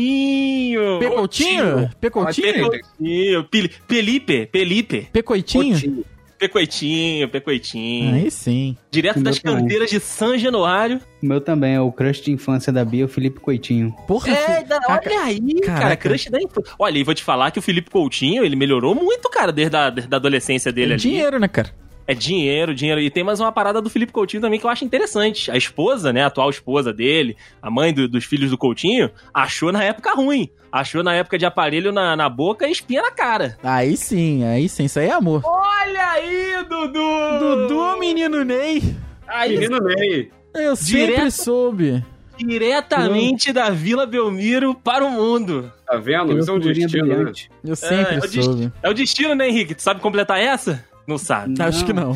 S2: Coutinho.
S1: Pecotinho?
S3: Mas tem-
S1: Pecotinho?
S2: Coutinho. Pel- Felipe, Felipe.
S1: Pecoitinho?
S3: Coutinho.
S2: Pecoitinho, Pecoitinho.
S1: Aí sim.
S2: Direto das
S4: Meu
S2: canteiras de San Januário.
S4: O meu também é o crush de infância da Bia, o Felipe Coitinho.
S1: Porra,
S2: É,
S1: fi-
S2: da-
S1: Caraca.
S2: olha aí, cara.
S1: Caraca.
S2: Crush da infância. Olha, e vou te falar que o Felipe Coutinho, ele melhorou muito, cara, desde a desde a adolescência dele
S1: é
S2: ali.
S1: dinheiro, né, cara?
S2: É dinheiro, dinheiro. E tem mais uma parada do Felipe Coutinho também que eu acho interessante. A esposa, né, a atual esposa dele, a mãe do- dos filhos do Coutinho, achou na época ruim. Achou na época de aparelho na, na boca e espinha na cara.
S1: Aí sim, aí sim, isso aí é amor.
S2: Olha aí, Dudu!
S1: Dudu, menino Ney,
S2: Aí,
S3: Menino Ney.
S1: eu sempre
S2: Direto-
S1: soube.
S2: diretamente da Vila Belmiro para o mundo.
S3: Tá vendo? Isso é um
S4: Figurinha
S3: destino, né?
S4: brilhante.
S1: Eu sempre
S2: É, eu disse-
S1: soube.
S2: É o destino, né, Henrique? Tu sabe completar essa? Não Ah, então sabe.
S1: Acho que
S2: [LAUGHS]
S1: não.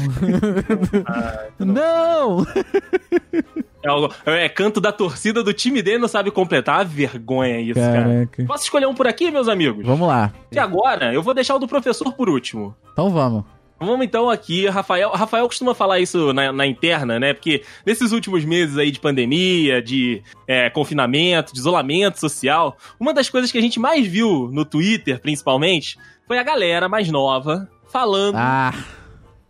S1: não!
S2: É, algo- é canto da torcida do time dele, não sabe completar. Ah, vergonha isso, cara.
S1: Caraca.
S2: Posso escolher um por aqui, meus amigos?
S1: Vamos lá.
S2: E agora, eu vou deixar o do professor por último.
S1: Então vamos.
S2: Vamos então aqui, Rafael. Rafael costuma falar isso na, na interna, né? Porque nesses últimos meses aí de pandemia, de é, confinamento, de isolamento social, uma das coisas que a gente mais viu no Twitter, principalmente, foi a galera mais nova falando
S1: Ah,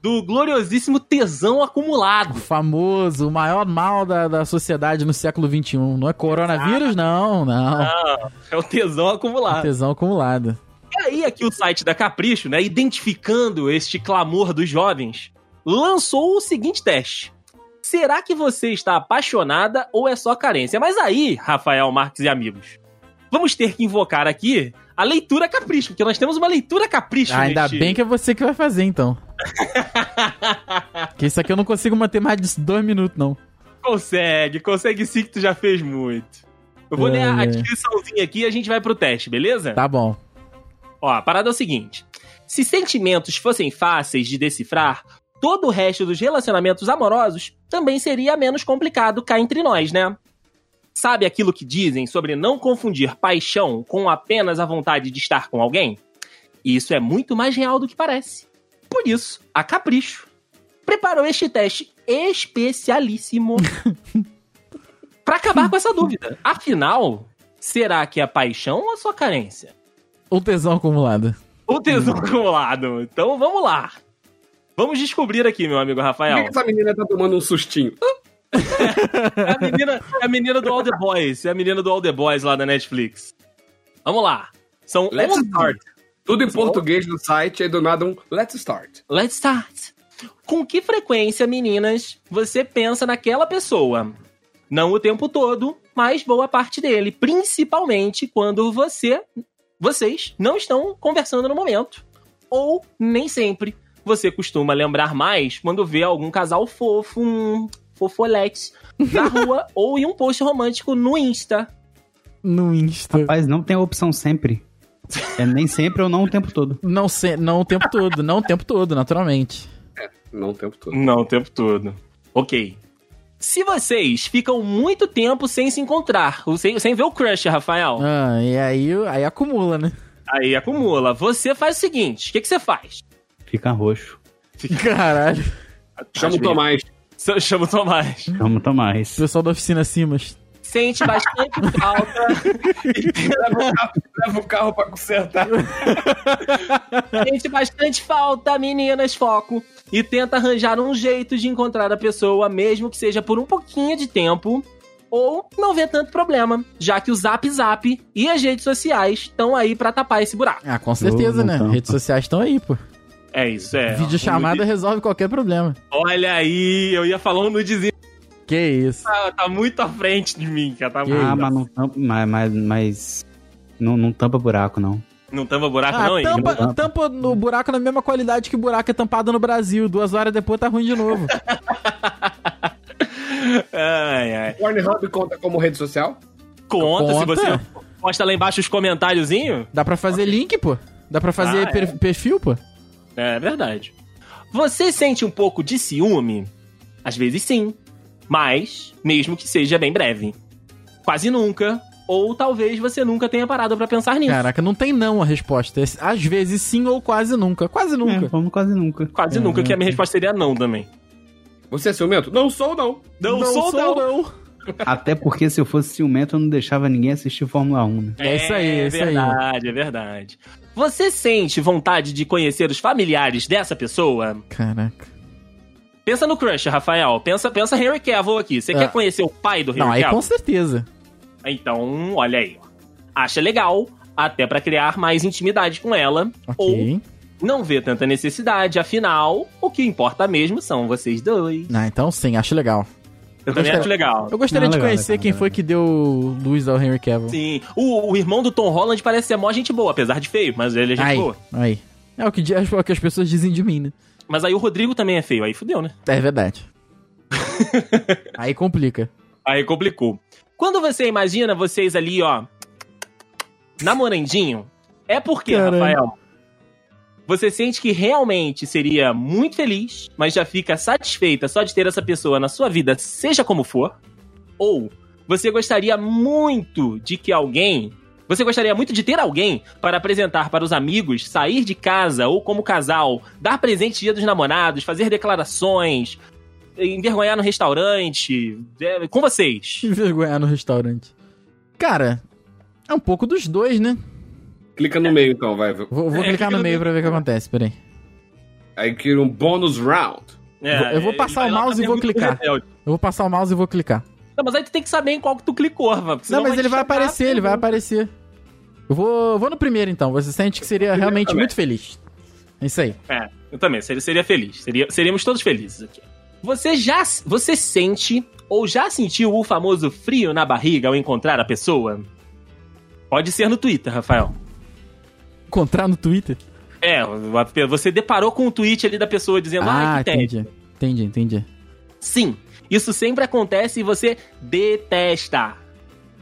S2: do gloriosíssimo tesão acumulado.
S1: O famoso, o maior mal da, da sociedade no século XXI. Não é coronavírus, não, não.
S2: Ah, é o tesão
S1: É
S2: acumulado.
S1: tesão acumulado.
S2: E Tá aí, aqui o site da Capricho, né, identificando este clamor dos jovens, lançou o seguinte teste. Será que você está apaixonada ou é só carência? Mas aí, Rafael Marques e amigos, vamos ter que invocar aqui a leitura capricho, porque nós temos uma leitura capricho.
S1: Ah, ainda
S2: neste-
S1: bem que é você que vai fazer,
S2: [LAUGHS]
S1: então. Porque isso aqui eu não consigo manter mais de dois minutos, não.
S2: Consegue, consegue sim que tu já fez muito. Eu vou ler a
S1: Ai, ai.
S2: a descriçãozinha aqui e a gente vai pro teste, beleza?
S1: Tá bom.
S2: Ó, a parada é o seguinte: se sentimentos fossem fáceis de decifrar, todo o resto dos relacionamentos amorosos também seria menos complicado cá entre nós, né? Sabe aquilo que dizem sobre não confundir paixão com apenas a vontade de estar com alguém? Isso é muito mais real do que parece. Por isso, a Capricho preparou este teste especialíssimo para acabar com essa dúvida. Afinal, será que é paixão ou a sua carência?
S1: O Um tesão acumulado.
S2: O tesão acumulado. Então vamos lá. Vamos descobrir aqui, meu amigo
S3: Por que
S2: Rafael.
S3: que essa menina tá tomando um sustinho?
S2: [LAUGHS] É a menina, é a menina do All The Boys. É a menina do All The Boys lá da Netflix. Vamos lá. São
S3: Let's
S2: 11.
S3: start. Tudo em português no site, aí do nada um let's start.
S2: Let's start. Com que frequência, meninas, você pensa naquela pessoa? Não o tempo todo, mas boa parte dele, principalmente quando você, vocês não estão conversando no momento, ou nem sempre. Você costuma lembrar mais quando vê algum casal fofo, um fofolete, [LAUGHS] na rua ou em um post romântico no Insta.
S1: No Insta.
S4: Mas não tem a opção sempre. É nem sempre ou não o tempo todo.
S1: Não, se, não o tempo todo, não o tempo todo, naturalmente.
S3: Não o tempo todo.
S2: Não, o tempo todo. Ok. Se vocês ficam muito tempo sem se encontrar, ou sem, sem ver o crush, Rafael,
S1: Ah, e aí, aí acumula, né?
S2: aí acumula. Você faz o seguinte: o que, que você faz?
S4: Fica roxo.
S1: Caralho.
S3: Chama o Tomás.
S2: Ch- Chama o Tomás.
S4: Chama o
S1: O
S4: Tomás.
S1: pessoal da oficina Simas.
S2: Sente [LAUGHS] bastante falta.
S3: Leva o carro pra consertar.
S2: Sente bastante falta, meninas, foco. E tenta arranjar um jeito de encontrar a pessoa, mesmo que seja por um pouquinho de tempo. Ou não vê tanto problema, já que o Zap Zap e as redes sociais estão aí pra tapar esse buraco.
S1: Ah, com certeza,
S4: Ô,
S1: né?
S4: então.
S1: Redes sociais estão aí, pô.
S2: É isso, é.
S1: Videochamada
S2: Um nude-
S1: resolve qualquer problema.
S2: Olha aí, eu ia falar um nudezinho.
S1: Que isso.
S2: Tá, tá muito à frente de mim, cara. Tá
S1: Que
S2: muito-
S4: Ah, mas não tampa. Mas, mas, mas não, não tampa buraco, não.
S2: Não tampa buraco,
S1: Ah,
S2: não, hein?
S1: tampa, tampa no buraco na mesma qualidade que o buraco é tampado no Brasil. Duas horas depois tá ruim de novo.
S2: [LAUGHS] Ai, ai.
S3: Pornhub conta como rede social?
S2: Conta, se
S1: Conta.
S2: você posta lá embaixo os comentáriozinhos.
S1: Dá pra fazer link, pô. Dá pra fazer
S2: Ah, é.
S1: per- perfil, pô.
S2: É verdade. Você sente um pouco de ciúme? Às vezes sim, mas mesmo que seja bem breve. Quase nunca, ou talvez você nunca tenha parado pra pensar nisso.
S1: Caraca, não tem não a resposta. É, Às vezes sim ou quase nunca. Quase
S4: É,
S1: nunca.
S4: vamos quase nunca.
S1: é.
S2: Quase nunca, que a minha resposta seria não também.
S3: Você é ciumento? Não sou, não.
S2: Não, sou, não.
S4: Até porque se eu fosse ciumento, eu não deixava ninguém assistir Fórmula 1, né?
S1: É isso aí, é
S2: É
S1: isso aí.
S2: verdade, é verdade. Você sente vontade de conhecer os familiares dessa pessoa?
S1: Caraca.
S2: Pensa no crush, Rafael. Pensa, pensa Henry Cavill aqui. Você
S1: Ah.
S2: quer conhecer o pai do Henry
S1: Não, aí
S2: Cavill?
S1: com certeza.
S2: Então, olha aí. ó. Acha legal, até pra criar mais intimidade com ela.
S1: Ok.
S2: Ou não vê tanta necessidade, afinal, o que importa mesmo são vocês dois.
S1: Ah, então sim, acho legal.
S2: Eu também
S1: gostaria-
S2: acho legal.
S1: Eu gostaria
S4: Não,
S1: de
S4: Ah, legal,
S1: conhecer
S4: legal,
S1: quem
S4: legal.
S1: foi que deu luz ao Henry Cavill.
S2: Sim. O, o irmão do Tom Holland parece ser mó gente boa, apesar de feio, mas ele é gente
S1: aí,
S2: boa.
S1: aí. É o que, di- [LAUGHS] é o que as pessoas dizem de mim, né?
S2: Mas aí o Rodrigo também é feio, aí fudeu, né?
S1: É verdade. [LAUGHS] aí complica.
S2: Aí complicou. Quando você imagina vocês ali, ó, namorandinho, é porque,
S1: Caramba.
S2: Rafael, você sente que realmente seria muito feliz, mas já fica satisfeita só de ter essa pessoa na sua vida, seja como for, ou você gostaria muito de que alguém. Você gostaria muito de ter alguém para apresentar para os amigos, sair de casa ou como casal, dar presente dia dos namorados, fazer declarações, envergonhar no restaurante, é, com vocês.
S1: Te envergonhar no restaurante. Cara, é um pouco dos dois, né?
S3: Clica no meio então, vai.
S1: Vou, vou
S2: É,
S1: clicar
S2: fica
S1: no
S2: no
S1: meio pra ver o que acontece, peraí.
S3: Aí cria um bônus round.
S1: Vou- eu vou
S2: é,
S1: passar o
S2: vai lá
S1: mouse
S2: pra
S1: e vou
S2: pergunta do
S1: clicar.
S2: rebelde.
S1: Eu vou passar o mouse e vou clicar.
S2: [LAUGHS] Não, mas aí tu tem que saber em qual que tu clicou, Rafa. porque senão
S1: não, mas ele
S2: te
S1: vai
S2: chamar
S1: aparecer, ele vai
S2: pra-
S1: aparecer. Eu vou, vou no primeiro, então. Você sente que seria realmente
S3: também.
S1: muito feliz. É isso aí.
S2: É, eu também, seria, seria feliz. Seria, seríamos todos felizes aqui. Você já você sente ou já sentiu o famoso frio na barriga ao encontrar a pessoa? Pode ser no Twitter, Rafael.
S1: Encontrar no Twitter.
S2: É, você deparou com um tweet ali da pessoa dizendo, ah, que tédio.
S1: entendi. Entendi, entendi.
S2: Sim, isso sempre acontece e você detesta.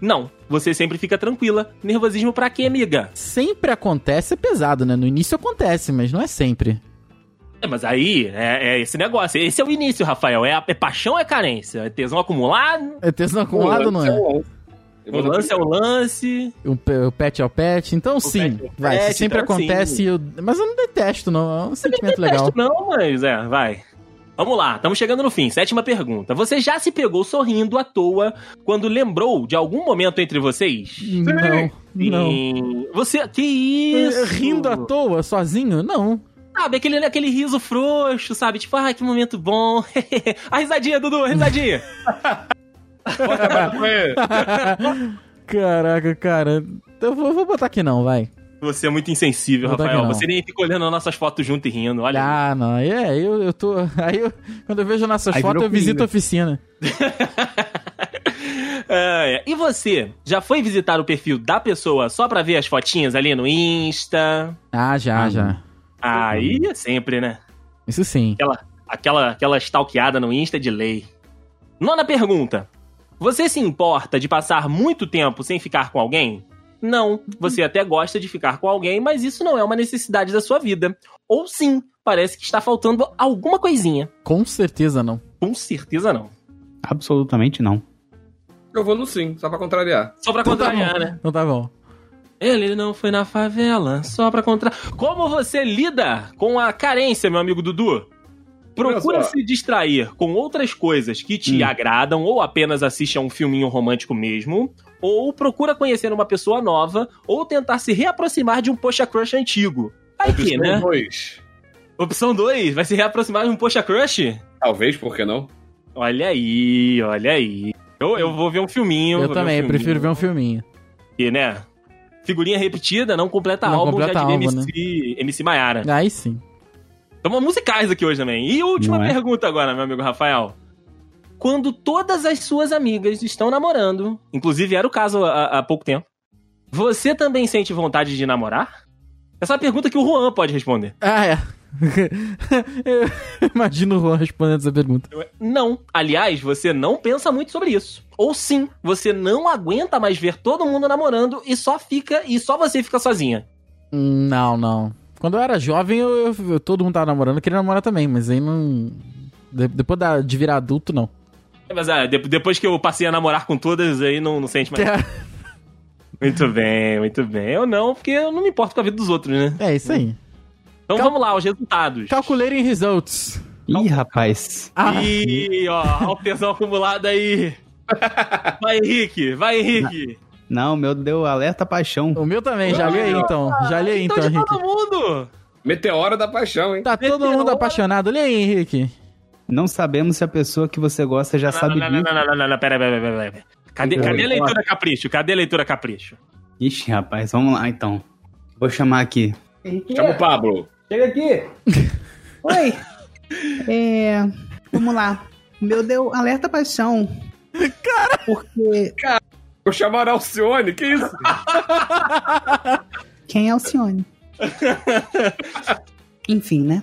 S2: Não, você sempre fica tranquila. Nervosismo pra quê, amiga?
S1: Sempre acontece, é pesado, né? No início acontece, mas não é sempre.
S2: É, mas aí é, é esse negócio. Esse é o início, Rafael. É, a- é paixão, é carência. É tesão acumulado.
S1: É tesão acumulado, não
S3: lance
S1: é?
S2: então-
S3: o lance. Eu
S2: O
S3: vou dar
S2: lance é o lance.
S1: O, pe- o pet é o pet. Então, sim.
S2: pet é o
S1: vai, se
S2: pet,
S1: sempre
S2: então,
S1: acontece.
S2: sim.
S1: eu- Mas eu não detesto, não. É um sentimento
S2: [LAUGHS]
S1: legal.
S2: Não, mas é, vai. Vamos lá, estamos chegando no fim. Sétima pergunta. Você já se pegou sorrindo à toa quando lembrou de algum momento entre vocês?
S1: Não, não.
S2: Sim. Você. Que isso?
S1: Rindo à toa, sozinho? Não.
S2: Sabe, aquele, né, aquele riso frouxo, sabe? Tipo, ah, que momento bom. [LAUGHS] a risadinha, Dudu, a risadinha.
S3: [LAUGHS] É,
S1: Caraca, cara. Eu vou, vou botar que não, vai.
S2: [LAUGHS] Você é muito insensível,
S1: Não dá
S2: Rafael.
S1: que não.
S2: Você nem fica olhando as nossas fotos junto e rindo. Olha.
S1: Ah, não. Aí É, eu, eu tô. [LAUGHS] Aí eu, quando eu vejo nossas
S4: Aí
S1: fotos,
S4: virou
S1: eu visito
S4: pinga.
S1: a oficina.
S2: [LAUGHS] É, é. E você, já foi visitar o perfil da pessoa só pra ver as fotinhas ali no Insta?
S1: Ah, já,
S4: Ah,
S1: já.
S2: Aí
S1: Uhum.
S2: é sempre, né?
S1: Isso sim.
S2: Aquela, aquela stalkeada no Insta é de lei. Nona pergunta. Você se importa de passar muito tempo sem ficar com alguém? Não, você até gosta de ficar com alguém, mas isso não é uma necessidade da sua vida. Ou sim, parece que está faltando alguma coisinha.
S1: Com certeza não.
S2: Com certeza não.
S4: Absolutamente não.
S3: Eu vou no sim, só pra contrariar.
S2: Só pra
S1: Então tá
S2: contrariar,
S1: bom.
S2: né?
S1: Então tá bom.
S2: Ele não foi na favela, só pra contra. Como você lida com a carência, meu amigo Dudu? Procura
S3: Olha só.
S2: se distrair com outras coisas que te
S4: Hum.
S2: agradam ou apenas assiste a um filminho romântico mesmo, ou procura conhecer uma pessoa nova ou tentar se reaproximar de um poxa crush antigo. Aí que,
S3: Opção
S2: né?
S3: dois.
S2: Opção 2, vai se reaproximar de um poxa crush?
S3: Talvez, por que não?
S2: Olha aí, olha aí. Eu, eu vou ver um filminho.
S1: Eu,
S2: vou ver um
S1: também, eu
S2: filminho.
S1: prefiro ver um filminho.
S2: Porque, né? Figurinha repetida não completa
S1: Não
S2: álbum,
S1: completa
S2: já diria
S1: álbum, né?
S2: MC, MC Maiara.
S1: Aí sim.
S2: Estamos musicais aqui hoje também. E última
S4: Não é?
S2: pergunta agora, meu amigo Rafael. Quando todas as suas amigas estão namorando, inclusive era o caso há, há pouco tempo, você também sente vontade de namorar? Essa é uma pergunta que o Juan pode responder.
S1: Ah, é. [LAUGHS] eu imagino o Juan respondendo essa pergunta.
S2: Não. Aliás, você não pensa muito sobre isso. Ou sim, você não aguenta mais ver todo mundo namorando e só fica e só você fica sozinha.
S1: Hum, Não, não. Quando eu era jovem, eu, eu- eu- todo mundo tava namorando, eu queria namorar também, mas aí não. de- depois da- de virar adulto, não.
S2: É, Mas ah, de- depois que eu passei a namorar com todas, aí não, não sente
S1: [LAUGHS]
S2: mais. Muito bem, muito bem. Eu não, porque eu não me importo com a vida dos outros, né?
S1: É isso aí.
S2: Então
S1: Cal-
S2: vamos lá, os resultados.
S1: Calculating results.
S4: Ih, rapaz.
S1: Ah,
S2: Ih, ó, ó o tesão
S1: [LAUGHS]
S2: acumulado aí. Vai, Henrique, vai, Henrique.
S4: Não, meu deu alerta paixão.
S1: o meu também, já li aí então. Já li aí então,
S2: então de
S1: Henrique.
S2: todo mundo.
S3: Meteora da paixão, hein?
S1: Tá todo
S2: Meteoro.
S1: mundo apaixonado. Olha aí, Henrique.
S4: Não sabemos se a pessoa que você gosta já
S2: Não,
S4: sabe
S2: não, não,
S4: disso.
S2: não, não, não, não, não, pera, pera, pera, pera. Cadê,
S1: Então,
S4: Oi.
S2: cadê a leitura capricho? Cadê a leitura capricho?
S4: Ixi, rapaz, vamos lá então. Vou chamar aqui.
S3: Chama o Pablo.
S4: Chega aqui! Oi! É. Vamos lá. O meu deu alerta paixão. Cara! Porque.
S3: Vou chamar a Alcione, que isso?
S7: Quem é Alcione? Enfim, né?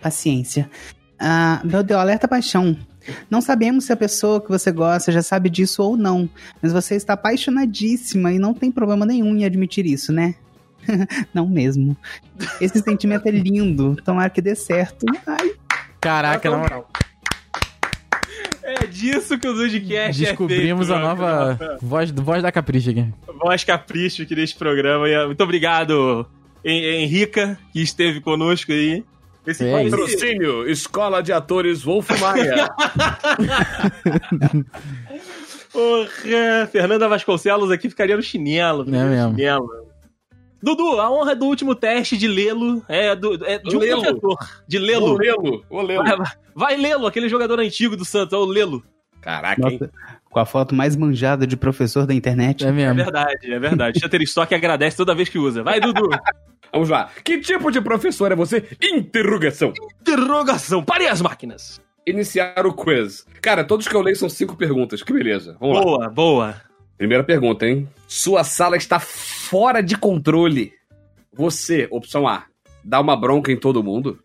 S7: Paciência. Ah, meu Deus, alerta paixão. Não sabemos se a pessoa que você gosta já sabe disso ou não, mas você está apaixonadíssima e não tem problema nenhum em admitir isso, né?
S4: [LAUGHS]
S7: não mesmo. Esse sentimento é lindo, tomara que dê certo. Ai,
S2: Tá
S1: Caraca, na moral.
S2: É disso que o é Dudcast
S1: Descobrimos a
S2: [LAUGHS]
S1: nova voz, voz da Capricha aqui.
S2: voz capricho aqui deste programa. E, ah, Muito obrigado, Hen- Henrica, que esteve conosco aí. Esse
S1: É
S2: esse-
S3: Patrocínio, Escola de Atores Wolf Maia.
S2: Porra, Fernanda Vasconcelos aqui ficaria no chinelo. ficaria no
S1: é mesmo.
S2: chinelo. Dudu, a honra do último teste de lê-lo é, do- é de um
S3: Lê-lo.
S2: professor. De [LAUGHS]
S3: Vou
S2: lê-lo.
S3: lê-lo, vou lê-lo.
S2: Vai, vai lê-lo, aquele jogador antigo do Santos, é o lê-lo.
S3: Caraca, hein?
S4: Nossa, com a foto mais manjada de professor da internet.
S1: É
S2: É
S1: mesmo.
S2: verdade, é verdade. Shutterstock agradece toda vez que usa. Vai, [LAUGHS] Dudu.
S3: Vamos lá. Que tipo de professor é você? Interrogação.
S2: Interrogação. Parem as máquinas.
S3: Iniciar o quiz. Cara, todos que eu leio são cinco perguntas. Que beleza. Vamos lá.
S2: Boa, boa.
S3: Primeira pergunta, hein? Sua sala está fora de controle. Você, opção A, dá uma bronca em todo mundo.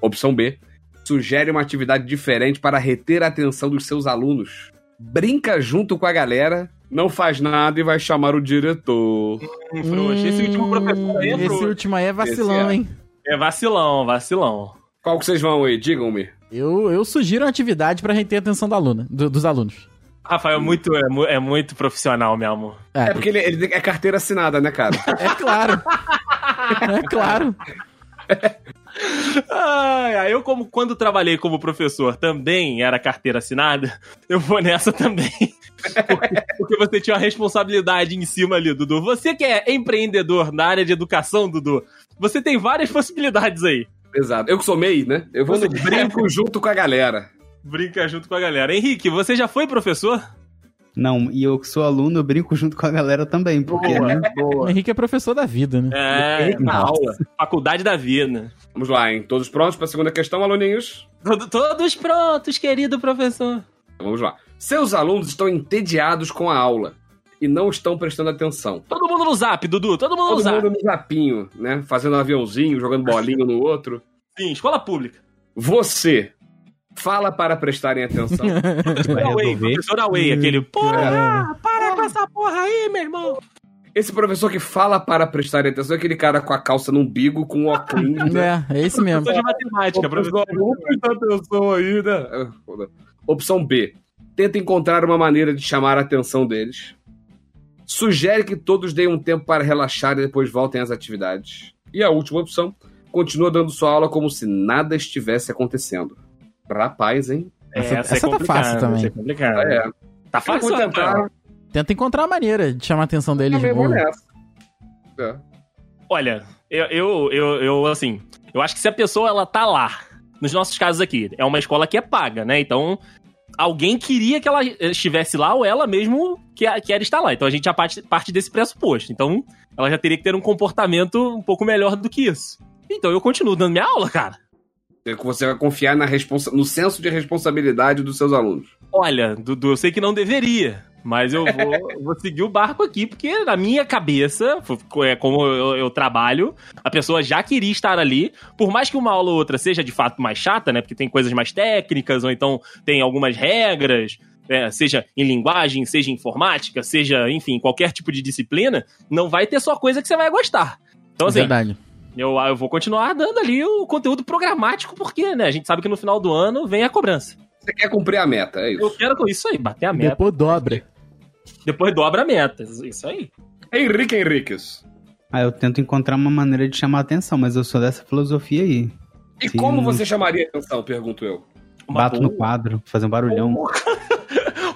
S3: Opção B, sugere uma atividade diferente para reter a atenção dos seus alunos. Brinca junto com a galera, não faz nada e vai chamar o diretor.
S2: Hum, frouxo. Esse último professor aí é
S1: Esse
S2: frouxo.
S1: último aí é vacilão,
S3: Esse é.
S1: hein?
S2: É vacilão, vacilão.
S3: Qual que vocês vão aí? Digam-me.
S1: Eu, eu sugiro uma atividade pra reter a atenção da aluna, do- dos alunos.
S2: Rafael, muito, é, mu- é muito profissional, meu amor.
S3: É porque ele, ele é carteira assinada, né, cara?
S1: É
S2: [LAUGHS]
S1: claro. é claro.
S2: Ai, ai, eu, como quando trabalhei como professor, também era carteira assinada, [LAUGHS] eu vou nessa também. [LAUGHS] Porque, porque você tinha uma responsabilidade em cima ali, Dudu. Você que é empreendedor na área de educação, Dudu, você tem várias possibilidades aí.
S3: Exato. Eu que sou MEI, né? Eu vou no brinco junto com a galera.
S2: Brinca junto com a galera. Henrique, você já foi professor?
S4: Não, e eu que sou aluno, eu brinco junto com a galera também, porque, né?
S1: O Henrique é professor da vida, né?
S2: É,
S3: Na aula.
S2: faculdade da vida.
S3: Vamos lá, hein? Todos prontos para a segunda questão, aluninhos?
S2: Todo- Todos prontos, querido professor.
S3: Vamos lá. Seus alunos estão entediados com a aula e não estão prestando atenção.
S2: Todo mundo no zap, Dudu. Todo mundo no
S3: Todo
S2: zap.
S3: mundo no zapinho, né? Fazendo um aviãozinho, jogando bolinha no outro.
S2: Sim, escola pública.
S3: Você fala para prestarem
S1: [LAUGHS]
S3: atenção.
S2: É.
S4: Vai
S2: Away,
S4: resolver.
S2: professor Away, aquele. Porra, para com essa porra aí, meu irmão.
S3: Esse professor que fala para prestarem atenção é aquele cara com a calça no umbigo, com o óculos. né?
S1: É, é esse mesmo.
S2: Professor de matemática, professor.
S3: Vamos prestar atenção aí, né? [LAUGHS] Opção B. Tenta encontrar uma maneira de chamar a atenção deles. Sugere que todos deem um tempo para relaxar e depois voltem às atividades. E a última opção. Continua dando sua aula como se nada estivesse acontecendo. Rapaz, hein?
S2: É,
S1: Essa- essa tá
S2: complicada,
S1: fácil também.
S2: essa É complicada.
S3: É,
S2: Tá
S3: eu
S2: fácil
S3: vou tentar.
S2: Rafael?
S3: Eu
S1: Tenta encontrar a maneira de chamar a atenção deles.
S3: também
S1: de
S3: vou
S1: novo.
S3: nessa. É.
S2: Olha, eu, eu, eu, eu, assim, eu acho que se a pessoa, ela tá lá, nos nossos casos aqui, é uma escola que é paga, né? Então, alguém queria que ela estivesse lá ou ela mesmo que quer estar lá. Então, a gente já parte, parte desse pressuposto. Então, ela já teria que ter um comportamento um pouco melhor do que isso. Então, eu continuo dando minha aula, cara.
S3: É Você vai confiar na responsa- no senso de responsabilidade dos seus alunos.
S2: Olha, Dudu, eu sei que não deveria, mas eu vou, vou seguir o barco aqui, porque na minha cabeça, f- é como eu, eu trabalho, a pessoa já queria estar ali, por mais que uma aula ou outra seja de fato mais chata, né? Porque tem coisas mais técnicas, ou então tem algumas regras, né, seja em linguagem, seja em informática, seja, enfim, qualquer tipo de disciplina, não vai ter só coisa que você vai gostar. Então, assim,
S1: É Verdade.
S2: eu, eu vou continuar dando ali o conteúdo programático, porque, né, a gente sabe que no final do ano vem a cobrança.
S3: Você quer cumprir a meta, é isso.
S2: Eu quero com isso aí, bater a meta.
S1: Depois
S2: [LAUGHS]
S1: dobra.
S2: Depois dobra a meta. Isso aí.
S3: Henrique Henriques.
S4: Ah, eu tento encontrar uma maneira de chamar a atenção, mas eu sou dessa filosofia aí.
S3: E
S4: Sim.
S3: como você chamaria atenção, pergunto eu?
S4: Bato no quadro, fazer um barulhão.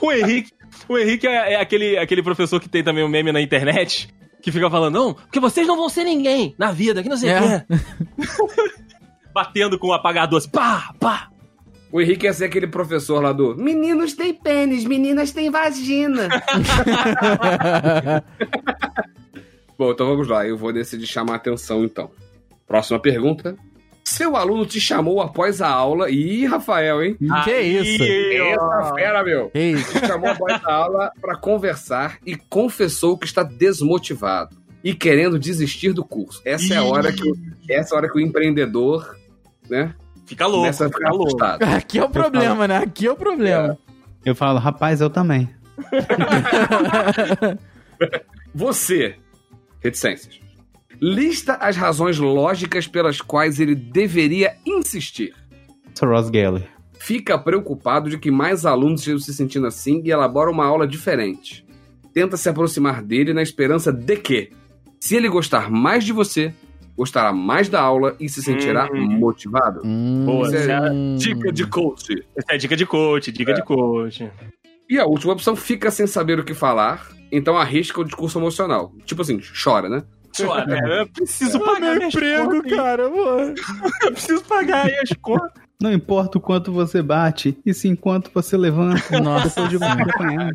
S2: O Henrique, o Henrique é, é aquele, aquele professor que tem também um meme na internet que fica falando, não, porque vocês não vão ser ninguém na vida, que não sei o
S1: É.
S2: quê. Batendo com o apagador, assim, pá, pá.
S3: O Henrique ia ser aquele professor lá do Meninos têm pênis, meninas têm vagina. Bom, então vamos lá, eu vou decidir chamar a atenção então. Próxima pergunta. Seu aluno te chamou após a aula. Ih, Rafael, hein?
S1: que
S2: Aí,
S1: isso?
S3: Essa é fera, meu.
S1: Que isso?
S3: Te chamou após a aula para conversar e confessou que está desmotivado e querendo desistir do curso. Essa é a hora que, o- essa é a hora que o empreendedor, né,
S2: Fica Tá louco,
S3: começa a
S2: fica
S3: ficar
S2: louco.
S3: assustado.
S1: Aqui é o problema, né? Aqui é o
S2: [LAUGHS]
S1: problema.
S4: Eu falo, rapaz, eu também.
S3: Você, reticências, lista as razões lógicas pelas quais ele deveria insistir.
S4: Sou Ross Geller.
S3: Fica preocupado de que mais alunos estejam se sentindo assim e elabora uma aula diferente. Tenta se aproximar dele na esperança de que, se ele gostar mais de você, gostará mais da aula e se sentirá
S2: Hum.
S3: motivado.
S1: Hum,
S2: Boa,
S3: essa é
S1: hum.
S3: Dica de coach.
S2: Essa é dica de coach, dica
S3: É.
S2: de coach.
S3: E a última opção, fica sem saber o que falar, então arrisca o discurso emocional. Tipo assim, chora, né?
S2: chora. É, Eu preciso pagar minhas contas, hein?
S1: Hum. cara,
S2: [LAUGHS]
S1: mano.
S2: Eu preciso pagar aí as contas.
S4: Não importa o quanto você bate, e sim quanto você levanta.
S1: [LAUGHS] Nossa,
S4: De acompanhar.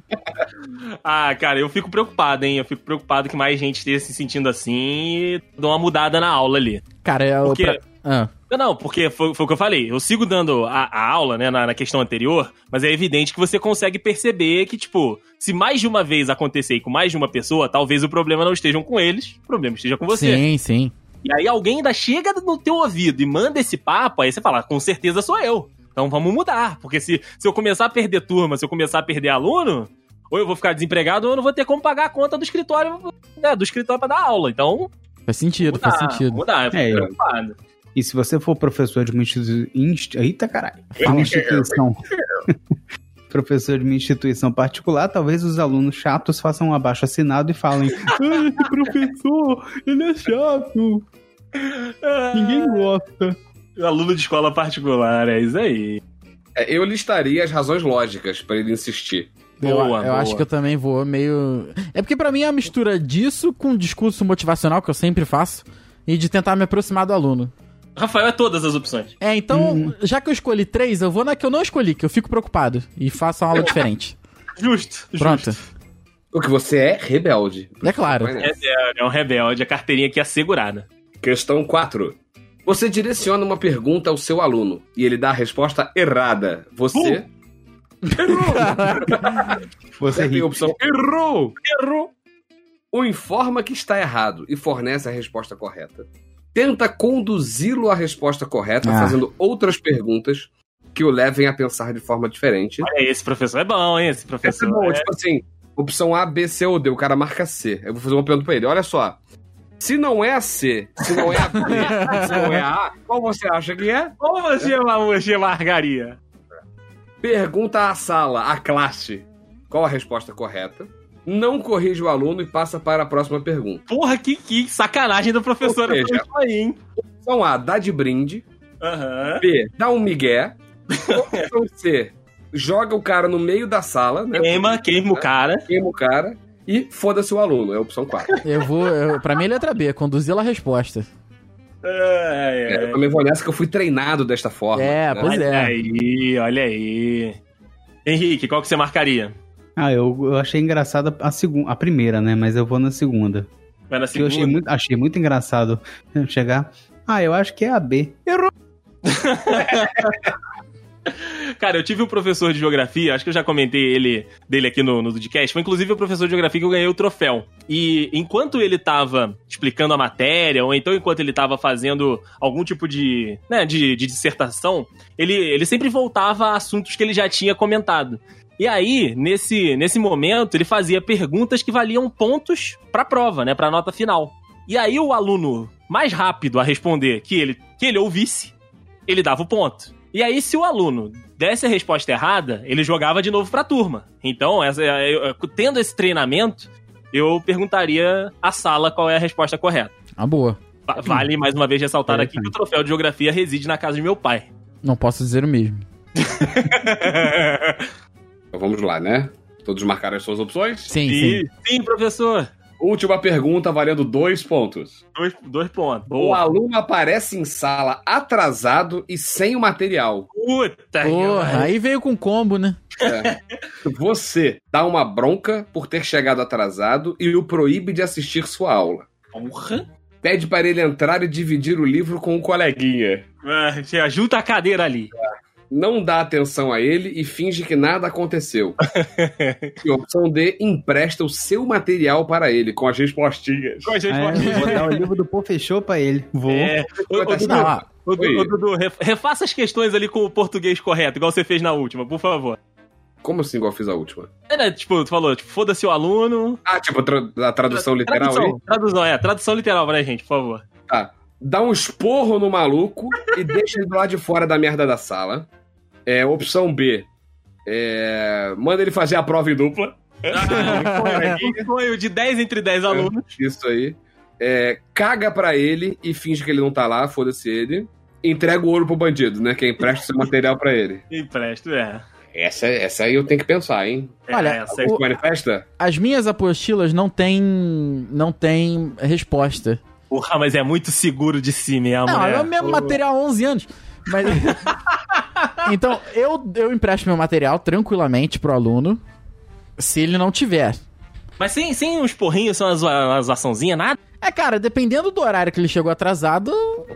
S2: Ah, cara, eu fico preocupado, hein? Eu fico preocupado que mais gente esteja se sentindo assim e dou uma mudada na aula ali.
S1: cara, é o.
S2: Porque-
S1: pra- Ah,
S2: Não, não, porque foi, foi o que eu falei. Eu sigo dando a, a aula, né, na, na questão anterior, mas é evidente que você consegue perceber que, tipo, se mais de uma vez acontecer e com mais de uma pessoa, talvez o problema não estejam com eles, o problema esteja com você.
S1: Sim, sim.
S2: E aí alguém ainda chega no teu ouvido e manda esse papo, aí você fala, "Ah, com certeza sou eu. Então vamos mudar, porque se, se eu começar a perder turma, se eu começar a perder aluno, ou eu vou ficar desempregado ou eu não vou ter como pagar a conta do escritório, né, do escritório pra dar aula. Então,
S1: Faz sentido,
S2: mudar,
S1: faz sentido.
S2: mudar, eu fico
S4: É, eu-
S2: preocupado.
S4: E se você for professor de uma instituição. Eita, caralho! Uma instituição. [LAUGHS] professor de uma instituição particular, talvez os alunos chatos façam um abaixo assinado e falem: "Ah, esse professor, ele é chato, ninguém gosta.
S2: Aluno de escola particular, é isso aí.
S3: É, Eu listaria as razões lógicas pra ele insistir.
S1: Eu,
S2: Boa,
S1: eu
S2: boa.
S1: acho que eu também vou meio. É porque pra mim é a mistura disso com o discurso motivacional que eu sempre faço e de tentar me aproximar do aluno.
S2: Rafael é todas as opções.
S1: É, então,
S2: Uhum.
S1: já que eu escolhi três, eu vou na que eu não escolhi, que eu fico preocupado e faço uma aula
S2: [LAUGHS]
S1: diferente.
S2: Justo,
S1: Pronto.
S3: O que você é rebelde.
S1: É claro.
S3: Mas, né?
S2: Rebelde, é um rebelde, a carteirinha aqui é assegurada.
S3: Questão 4. Você direciona uma pergunta ao seu aluno e ele dá a resposta errada. Você [LAUGHS]
S4: Você
S3: tem
S4: ri.
S3: a opção errou, errou. O informa que está errado e fornece a resposta correta. Tenta conduzi-lo à resposta correta,
S1: Ah.
S3: fazendo outras perguntas que o levem a pensar de forma diferente.
S2: Olha, esse professor é bom, hein? Esse
S3: Essa
S2: professor.
S3: é bom,
S2: é-
S3: tipo assim, opção A, B, C ou D, o cara marca C. Eu vou fazer uma pergunta pra ele, olha só. Se não é a C, se não é a B, [LAUGHS] se não é a A, qual você acha que é?
S2: Como você, você largaria?
S3: Pergunta à sala, à classe, qual a resposta correta. Não corrige o aluno e passa para a próxima pergunta.
S2: Porra, que, que sacanagem do professor
S3: Ou seja,
S2: isso aí, hein?
S3: Opção A, dá de brinde.
S2: Aham.
S3: B, dá um migué. Opção C, joga o cara no meio da sala, né?
S2: Queima, queima o cara.
S3: Queima o cara. E foda-se o aluno, é a opção 4.
S1: Eu vou. Eu, pra mim é letra B, conduzi-la à resposta.
S2: É,
S3: É, eu também vou nessa que eu fui treinado desta forma.
S1: É,
S3: né?
S1: pois
S2: Olha
S1: é.
S2: aí, olha aí. Henrique, qual que você marcaria?
S4: Ah, eu, eu achei engraçada a segunda, a primeira, né? Mas eu vou na segunda.
S2: Vai na
S4: Que eu achei
S2: segunda.
S4: muito, achei muito engraçado [LAUGHS] eu chegar. Ah, eu acho que é a B. Errou.
S2: Cara, eu tive um professor de geografia, acho que eu já comentei ele dele aqui no, no podcast. Foi inclusive o professor de geografia que eu ganhei o troféu. E enquanto ele tava explicando a matéria, ou então enquanto ele tava fazendo algum tipo de, né, de, de dissertação, ele, ele sempre voltava a assuntos que ele já tinha comentado. E aí, nesse, nesse momento, ele fazia perguntas que valiam pontos pra prova, né, pra nota final. E aí o aluno mais rápido a responder que ele, que ele ouvisse, ele dava o ponto. E aí, se o aluno desse a resposta errada, ele jogava de novo pra turma. Então, essa- eu- eu- tendo esse treinamento, eu perguntaria à sala qual é a resposta correta.
S1: Uma boa.
S2: Va- Vale, mais uma vez, ressaltar aqui que o
S4: Interessante.
S2: troféu de geografia reside na casa de meu pai.
S1: Não posso dizer o mesmo.
S3: Então vamos lá, né? Todos marcaram as suas opções?
S1: Sim, sim.
S2: E- sim, professor.
S3: Última pergunta, valendo dois pontos.
S2: Dois, dois pontos.
S3: O
S2: Boa.
S3: aluno aparece em sala atrasado e sem o material.
S2: Puta que
S1: Porra, aí veio com combo, né?
S3: Você dá uma bronca por ter chegado atrasado e o proíbe de assistir sua aula.
S2: Porra.
S3: Pede para ele entrar e dividir o livro com o coleguinha.
S2: Ah, Você ajuda a cadeira ali.
S3: Não dá atenção a ele e finge que
S2: [LAUGHS]
S3: nada aconteceu. e opção D, empresta o seu material para ele com as respostinhas.
S2: Com a gente
S4: Ah,
S2: pode-
S4: é, eu vou dar o livro do Pô Fechou pra ele. Vou.
S2: É. Ô, ô,
S3: Tá
S2: Dudu,
S1: Não, ó,
S2: ô, Dudu,
S3: Oi.
S2: ô, Dudu, ref- refaça as questões ali com o português correto, igual você fez na última, por favor.
S3: Como assim, igual eu fiz a última?
S2: É, né, tipo, tu falou, tipo, foda-se o aluno.
S3: Ah, tipo, tra a tradução literal aí?
S2: Tradução, tradução, é, tradução literal pra gente, por favor.
S3: Tá. Dá um esporro no maluco e deixa ele do lado de fora da merda da sala. É, opção B. É, manda ele fazer a prova em dupla.
S2: É. Ah, [LAUGHS] Um sonho de 10 entre 10 alunos.
S3: Isso aí. É, caga pra ele e finge que ele não tá lá, foda-se ele. Entrega o ouro pro bandido, né? Que empresta o seu material pra ele.
S2: Empresto, é.
S3: Essa, essa aí eu tenho que pensar, hein?
S1: Olha,
S2: essa
S3: Você
S1: O-
S3: se manifesta?
S1: As minhas apostilas não tem, não tem resposta.
S2: Porra, mas é muito seguro de si mesmo.
S1: Não,
S2: né?
S1: é o mesmo
S2: Porra.
S1: material há 11 anos. Mas... então, eu, eu empresto meu material tranquilamente pro aluno, se ele não tiver.
S2: Mas sem, sem uns porrinhos, só uma zoa- uma zoaçãozinha, nada?
S1: É, cara, dependendo do horário que ele chegou atrasado,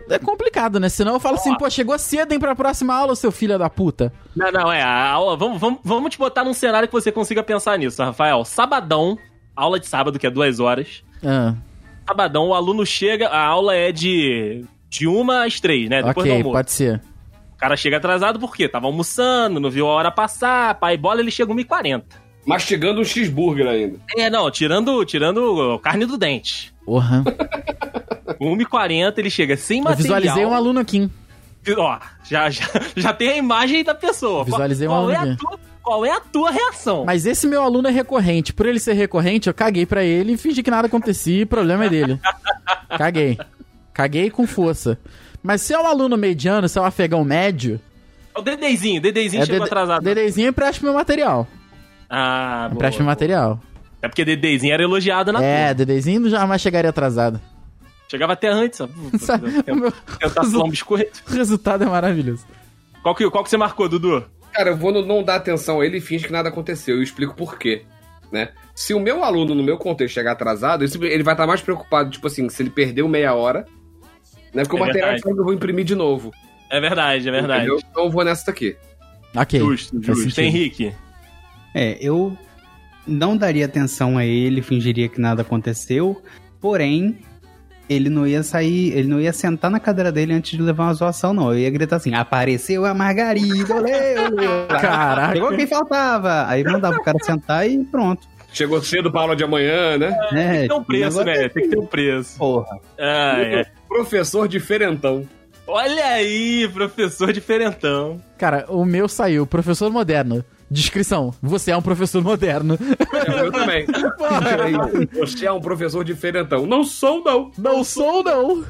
S1: é complicado, né? Senão eu falo assim, pô, chegou cedo, hein, pra próxima aula, seu filho da puta.
S2: Não, não, é. A aula, vamos, vamos, vamos te botar num cenário que você consiga pensar nisso, Rafael. Sabadão, aula de sábado, que é duas horas.
S1: Ah,
S2: Sabadão, o aluno chega, a aula é de. De uma às três, né? Depois
S1: ok,
S2: do almoço.
S1: pode ser.
S2: O cara chega atrasado por quê? Tava almoçando, não viu a hora passar, pai bola, ele chega 1h40.
S3: Mastigando um cheeseburger ainda.
S2: É, não, tirando, tirando carne do dente.
S1: Porra.
S2: 1h40 ele chega sem
S1: Eu
S2: material.
S1: visualizei um aluno aqui. hein?
S2: Ó, já, já, já tem a imagem da pessoa.
S1: Visualizei um
S2: qual, qual é
S1: aluno
S2: a
S1: aqui.
S2: tua, qual é a tua reação?
S1: Mas esse meu aluno é recorrente. Por ele ser recorrente, eu caguei pra ele e fingi que nada acontecia e o problema é dele. Caguei. Caguei com força. Mas se é um aluno mediano, se é um afegão médio,
S2: É O Dedezinho, o Dedezinho
S1: é
S2: chegou
S1: dede-
S2: atrasado.
S1: dedezinho empresta meu material.
S2: Ah, Tá, boa,
S1: Empresta meu
S2: boa.
S1: material.
S2: É porque Dedezinho era elogiado na
S1: É,
S2: turma.
S1: dedezinho jamais chegaria atrasado.
S2: Chegava até antes,
S1: [LAUGHS]
S2: ó. Hum,
S1: O meu [LAUGHS]
S2: Tentar
S1: resu-
S2: falar um biscoito.
S1: resultado é maravilhoso.
S2: Qual que, qual que você marcou, Dudu?
S3: Cara, eu vou no- não dar atenção a ele e finge que nada aconteceu. Eu explico por quê, né? Se o meu aluno, no meu contexto, chegar atrasado, ele simp- ele vai estar mais preocupado, tipo assim, se ele perdeu meia hora, né? Porque
S2: É
S3: o material
S2: verdade.
S3: eu vou imprimir de novo.
S2: É verdade, é verdade.
S3: entendeu? Então eu vou nessa daqui.
S1: Ok.
S2: Justo,
S1: Faz
S2: justo.
S1: sentido.
S2: Henrique.
S4: É, eu não daria atenção a ele, fingiria que nada aconteceu, porém, ele não ia sair, ele não ia sentar na cadeira dele antes de levar uma zoação, não. Eu ia gritar assim: apareceu a Margarida, olê, olê.
S1: Caraca.
S4: Chegou quem faltava. Aí mandava o cara sentar e pronto.
S3: Chegou cedo pra aula de amanhã, né?
S4: né?
S2: Tem um
S4: Tipo,
S2: preço,
S4: negócio
S3: é
S2: né? Tem que
S3: assim,
S2: ter um preço.
S4: Porra.
S2: Ah, é.
S3: Professor
S2: [LAUGHS]
S3: diferentão.
S2: Olha aí, professor diferentão.
S1: Cara, o meu saiu, professor moderno. Descrição, você é um professor moderno.
S3: Eu também.
S4: né?
S3: Você é um professor diferentão. Não sou, não.
S1: Não sou, não.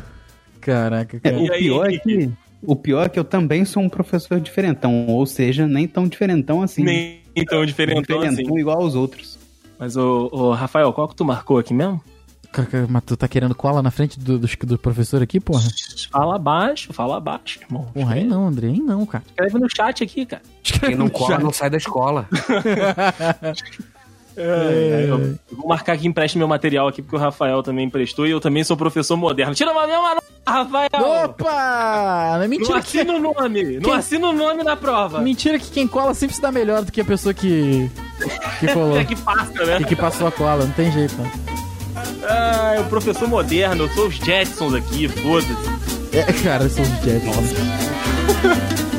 S1: Caraca,
S4: É,
S1: cara.
S4: o
S2: E aí,
S4: pior é que. O pior é que eu também sou um professor diferentão, ou seja, nem tão diferentão assim.
S2: Nem
S3: É,
S2: tão diferentão assim.
S4: igual aos outros.
S2: Mas, ô, ô, Rafael, qual que tu marcou aqui mesmo?
S1: Caraca, Mas tu tá querendo cola na frente do, do, do professor aqui, porra?
S2: Fala abaixo, fala abaixo, irmão.
S1: Porra, aí não, André, aí não, cara.
S2: Escreve no chat aqui, cara.
S3: Quem não cola não sai
S2: [LAUGHS]
S3: da escola. É,
S2: Eu eu vou marcar que empreste meu material aqui, porque o Rafael também emprestou e eu também sou professor moderno. Tira uma minha nota, Rafael!
S1: Opa! Não é
S2: Não
S1: mentira que,
S2: assina o nome! Não
S1: Quem-
S2: assina o nome na prova!
S1: mentira que quem cola sempre se dá melhor do que a pessoa que. que colou.
S2: [LAUGHS] É que passa, né?
S1: e que passou a cola, não tem jeito, não.
S2: Ah, é o professor moderno, eu sou os Jetsons aqui, foda-se.
S1: É, cara, eu sou um Jack.